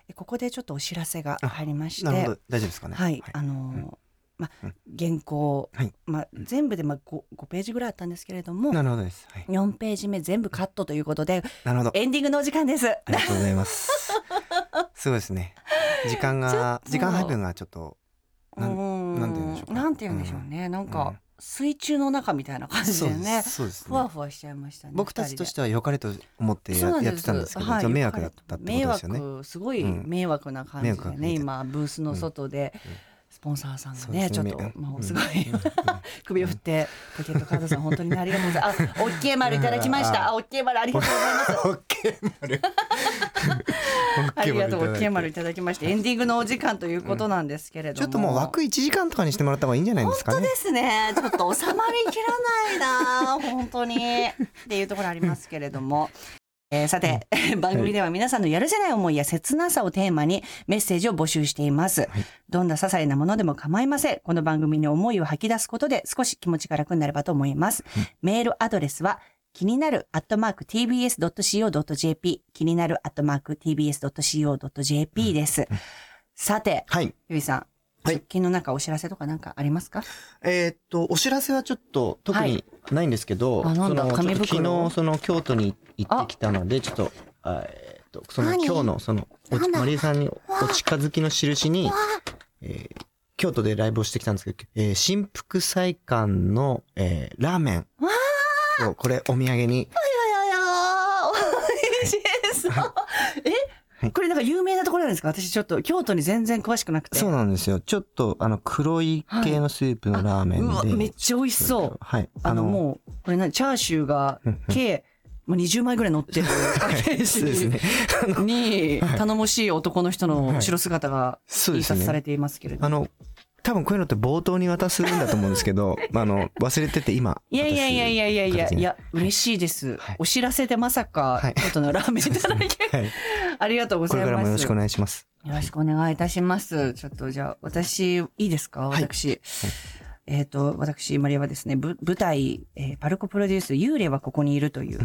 Speaker 2: えここでちょっとお知らせが入りまして
Speaker 1: なるほど大丈夫ですかね
Speaker 2: はい、あのーま
Speaker 1: うん
Speaker 2: 原稿、
Speaker 1: はい
Speaker 2: ま全部でま 5, 5ページぐらいあったんですけれども
Speaker 1: なるほどですはい
Speaker 2: 4ページ目全部カットということで
Speaker 1: なるほど
Speaker 2: エンディングのお時間です。
Speaker 1: ありがとうござい ます。すごいですね。時間が
Speaker 2: ちょっと
Speaker 1: 時間配分がちょっとなん
Speaker 2: うん
Speaker 1: なんて言うんでしょうか
Speaker 2: なんて言うんでしょうね、なん
Speaker 1: う
Speaker 2: か
Speaker 1: ん
Speaker 2: 水中の中みたいな感じ
Speaker 1: そ
Speaker 2: で
Speaker 1: うで
Speaker 2: ね
Speaker 1: すそうです
Speaker 2: ふわ
Speaker 1: ね。
Speaker 2: ふわしちゃいましたね
Speaker 1: 僕たちとしてては良かれと思ってややってたんですけど、ちょっと迷惑だったってことですよね
Speaker 2: 迷。惑すごい
Speaker 1: うん
Speaker 2: 迷惑な感じ
Speaker 1: 迷
Speaker 2: で
Speaker 1: 惑みた
Speaker 2: ね、
Speaker 1: い
Speaker 2: 今ブースの外で
Speaker 1: うん
Speaker 2: スポンサーさんが
Speaker 1: そうで
Speaker 2: ね
Speaker 1: す
Speaker 2: ちょっと
Speaker 1: めうん
Speaker 2: もうすごい
Speaker 1: うんうん
Speaker 2: 首を振ってポケットカードさん本当にねありがとうございますあオッケー丸いただきましたあオッケー丸ありがとうございます
Speaker 1: オッケー丸。
Speaker 2: ありがとうオッケー丸い
Speaker 1: いただいて
Speaker 2: ただきましてエンディングのお時間ということなんですけれど
Speaker 1: ち
Speaker 2: も
Speaker 1: ょっともう枠一時間とかにしてもらった方がいいんじゃないですか
Speaker 2: 本当
Speaker 1: ね
Speaker 2: で。すね。ちょっと収まりきらないな、本当に。っていうところありますけれども。えーさて、番組では皆さんのやるせない思いや切なさをテーマにメッセージを募集しています。どんな些細なものでも構いません。この番組に思いを吐き出すことで少し気持ちが楽になればと思います。メールアドレスは気になるアットマーク tbs.co.jp 気になるアットマーク tbs.co.jp です。さて、
Speaker 1: はい。
Speaker 2: ゆいさん。
Speaker 1: はい
Speaker 2: 直近の中お知らせとかなんかありますか
Speaker 1: えーっとお知らせはちょっと特にないんですけど、
Speaker 2: はいあなんだ
Speaker 1: その
Speaker 2: 紙袋
Speaker 1: ちょっと昨日その京都に行ってきたのでちょっとあえーっとその
Speaker 4: 何
Speaker 1: 今日のそのお
Speaker 4: なんだ
Speaker 1: マリエさんにお
Speaker 4: わあ
Speaker 1: お近づきの印に
Speaker 4: わ、
Speaker 1: えー京都でライブをしてきたんですけど、えー新福祭館の、えーラーメンをこれお土産に
Speaker 2: いや美味しそう。え、これなんか有名なところなんですか私ちょっと京都に全然詳しくなくて。
Speaker 1: そうなんですよちょっとあの黒い系のスープのラーメンで、
Speaker 2: うわ、めっちゃ美味しそう。
Speaker 1: はい
Speaker 2: あの、もう、これなチャーシューが
Speaker 1: うんうん
Speaker 2: 計、もう20枚ぐらい乗ってるパッケー
Speaker 1: そうです
Speaker 2: ジ
Speaker 1: ね
Speaker 2: に、
Speaker 1: はい
Speaker 2: 頼もしい男の人の後ろ姿が
Speaker 1: そうで
Speaker 2: 印
Speaker 1: す
Speaker 2: 刷
Speaker 1: ね
Speaker 2: されていますけれども。
Speaker 1: あの、多分こういうのって冒頭に渡すんだと思うんですけ ど、まあ、あの、忘れてて今。
Speaker 2: いやいやいやいやいやいや
Speaker 1: 私
Speaker 2: いや、嬉しいです。
Speaker 1: はい
Speaker 2: お知らせでまさか、
Speaker 1: はい
Speaker 2: 京都のラーメンいただき、
Speaker 1: はい。
Speaker 2: ありがとうご
Speaker 1: こ
Speaker 2: ざい
Speaker 1: れか
Speaker 2: ます。
Speaker 1: らもよろしくお願いします。
Speaker 2: よろしくお願いいたします。ちょっとじゃあ、私、いいですか
Speaker 1: はい
Speaker 2: 私。えっ、と、私、マリアはですね、ぶ舞台、えーパルコプロデュース、幽霊はここにいるという、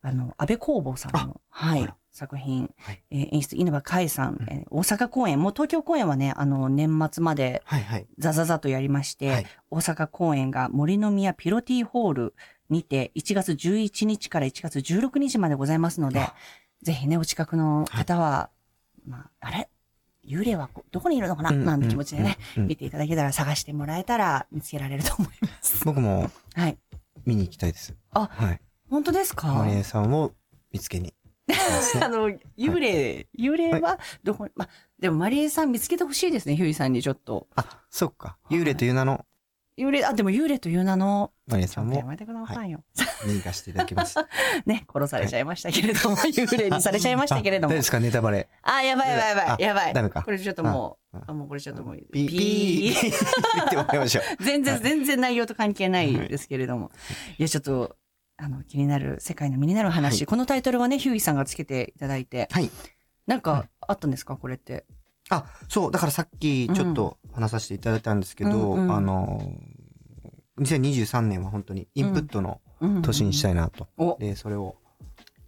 Speaker 2: あの、安倍工房さんの、はい、作品、
Speaker 1: はい
Speaker 2: えー演出、稲葉海さん、えー大阪公演、もう東京公演はね、あの、年末まで
Speaker 1: はいはい。
Speaker 2: ザザザとやりまして、
Speaker 1: はい
Speaker 2: 大阪公演が森の宮ピロティホールにて1月11日から1月16日までございますので
Speaker 1: あ、
Speaker 2: ぜひね、お近くの方は、まあ、あれ幽霊はこどこにいるのかな、なんて気持ちでね、
Speaker 1: うん。
Speaker 2: 見ていただけたら探してもらえたら見つけられると思います。
Speaker 1: 僕も
Speaker 2: はい。
Speaker 1: 見に行きたいです。
Speaker 2: あ
Speaker 1: はい。
Speaker 2: 本当ですか
Speaker 1: マリエさんを見つけに。です
Speaker 2: あ
Speaker 1: ね
Speaker 2: の、幽霊、幽霊はどこに、まあ、でもマリエさん見つけてほしいですね、ヒューイさんにちょっと。
Speaker 1: あ、そっか。幽霊という名の
Speaker 2: 幽霊、あ、でも幽霊という名の、
Speaker 1: マリエ
Speaker 2: ちょ
Speaker 1: さ
Speaker 2: っ
Speaker 1: ん
Speaker 2: とや
Speaker 1: も
Speaker 2: めてくださいよ。
Speaker 1: 見に行かせていただきます。
Speaker 2: ね、殺されちゃいましたけれども、 幽霊にされちゃいましたけれど
Speaker 1: あ大丈夫
Speaker 2: も
Speaker 1: で。すかネタバレ。
Speaker 2: あやばいやばいやば
Speaker 1: あ
Speaker 2: い、やばい。
Speaker 1: ダメか
Speaker 2: これちょっともう
Speaker 1: あ、
Speaker 2: あ、もうこれちょっともう、
Speaker 1: ピーピー。 言ってもらいましょう。
Speaker 2: 全然、
Speaker 1: はい
Speaker 2: 全然内容と関係ないですけれども。いや、ちょっと、あの、気になる、世界の身になる話。
Speaker 1: はい
Speaker 2: このタイトルはね、ヒューイさんがつけていただいて。
Speaker 1: はい。
Speaker 2: なんか、あったんですかこれって。
Speaker 1: あそうだからさっきちょっと話させていただいたんですけど、
Speaker 2: うんうん
Speaker 1: あの2023年は本当にインプットの
Speaker 2: うん
Speaker 1: 年にしたいなと、
Speaker 2: お
Speaker 1: でそれを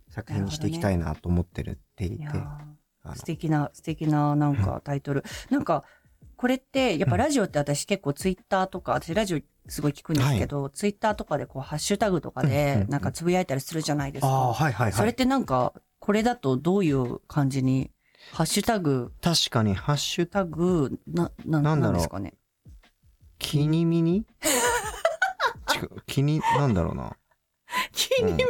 Speaker 1: 作品にしていきたいなと思ってるってい
Speaker 2: い
Speaker 1: て、
Speaker 2: や
Speaker 1: あの
Speaker 2: ー素敵な、素敵な、なんか、タイトル。なんか、これって、やっぱラジオって私結構ツイッターとか、私ラジオすごい聞くんですけど、ツイッターとかでこう、ハッシュタグとか
Speaker 1: うんうん
Speaker 2: で
Speaker 1: う、ん
Speaker 2: なんかつぶやいたりするじゃないですか。
Speaker 1: あーはいはい
Speaker 2: そ
Speaker 1: は
Speaker 2: れっ
Speaker 1: い
Speaker 2: てなんか、これだとどういう感じに、ハッシュタグ、
Speaker 1: 確かに「ハッシュタグ
Speaker 2: タグ、な、な、
Speaker 1: なんだろう
Speaker 2: なんですかね。
Speaker 1: 気にみに」違う気になんだろうな
Speaker 2: 君、
Speaker 1: うん
Speaker 2: な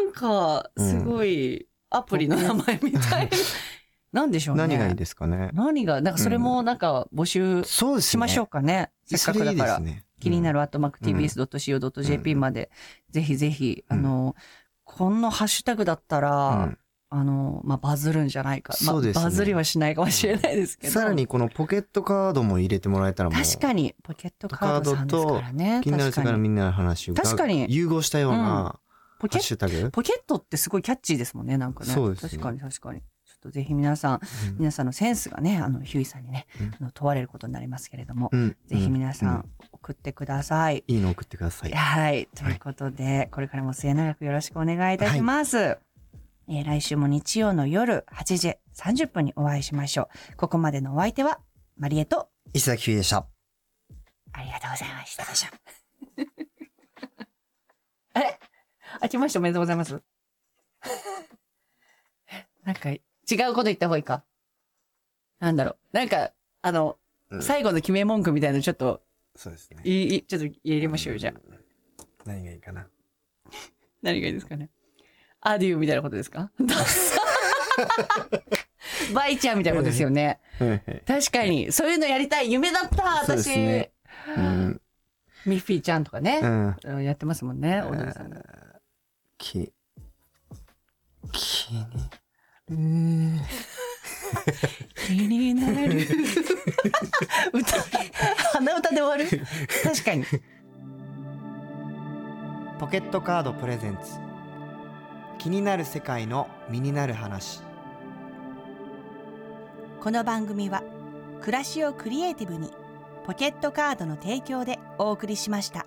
Speaker 2: んか、すごい、アプリの名前みたい な。なんでしょうね。
Speaker 1: 何がいいですかね。
Speaker 2: 何が、なんかそれもなんか募集
Speaker 1: そうですね。
Speaker 2: しましょうかね。せっかくだから。気にな
Speaker 1: る。
Speaker 2: る、アットマーク tbs.co.jp まで、ぜひぜひ、あの、このハッシュタグだった
Speaker 1: う
Speaker 2: ら、
Speaker 1: ん
Speaker 2: あの、まあ、バズるんじゃないか。まあ
Speaker 1: そうですね
Speaker 2: バズりはしないかもしれないですけど。
Speaker 1: さらにこのポケットカードも入れてもらえたらもう。
Speaker 2: 確かに、ポケットカードさんですからね。
Speaker 1: 気になる世
Speaker 2: 確
Speaker 1: 界
Speaker 2: か
Speaker 1: の
Speaker 2: に。
Speaker 1: みんなの話が
Speaker 2: 確かに
Speaker 1: 融合したような
Speaker 2: うん
Speaker 1: ハ
Speaker 2: ポケ
Speaker 1: ッシュタグ。
Speaker 2: ポケットってすごいキャッチーですもんね、なんかね。
Speaker 1: そうですね
Speaker 2: 確かに確かに。ちょっとぜひ皆さ
Speaker 1: う
Speaker 2: ん、
Speaker 1: ん
Speaker 2: 皆さんのセンスがね、あの、ヒューイさんにね
Speaker 1: うん、
Speaker 2: あの問われることになりますけれども、
Speaker 1: うん
Speaker 2: ぜひ皆さ
Speaker 1: うん
Speaker 2: 送ってください。
Speaker 1: んいいの送ってください。
Speaker 2: はい。ということで、これからも末永くよろしくお願いいたします。えー来週も日曜の夜8時30分にお会いしましょう。ここまでのお相手は、マリエと、
Speaker 1: 石崎ひゅういでした。
Speaker 2: ありがとうございました。 あれあ、来ました。おめでとうございます。 なんか、違うこと言った方がいいか。なんだろう。なんか、あの、
Speaker 1: うん
Speaker 2: 最後の決め文句みたいなのちょっと、
Speaker 1: そうですね。
Speaker 2: いい、ちょっと入れましょうよ、じゃあ。
Speaker 1: 何がいいかな。
Speaker 2: 何がいいですかね。アデューみたいなことで すかバイちゃんみたいなことですよね。確かに、そういうのやりたい。夢だった、
Speaker 1: そうで
Speaker 2: 私。
Speaker 1: すねうん。
Speaker 2: ミッフィーちゃんとか
Speaker 1: う
Speaker 2: ね、
Speaker 1: ん。
Speaker 2: やってますもんね、踊りさんが。
Speaker 1: き、きに。
Speaker 2: 気にな る歌鼻歌で終わる確かに
Speaker 1: ポケットカードプレゼンツ気になる世界の身になる話
Speaker 4: この番組は暮らしをクリエイティブにポケットカードの提供でお送りしました。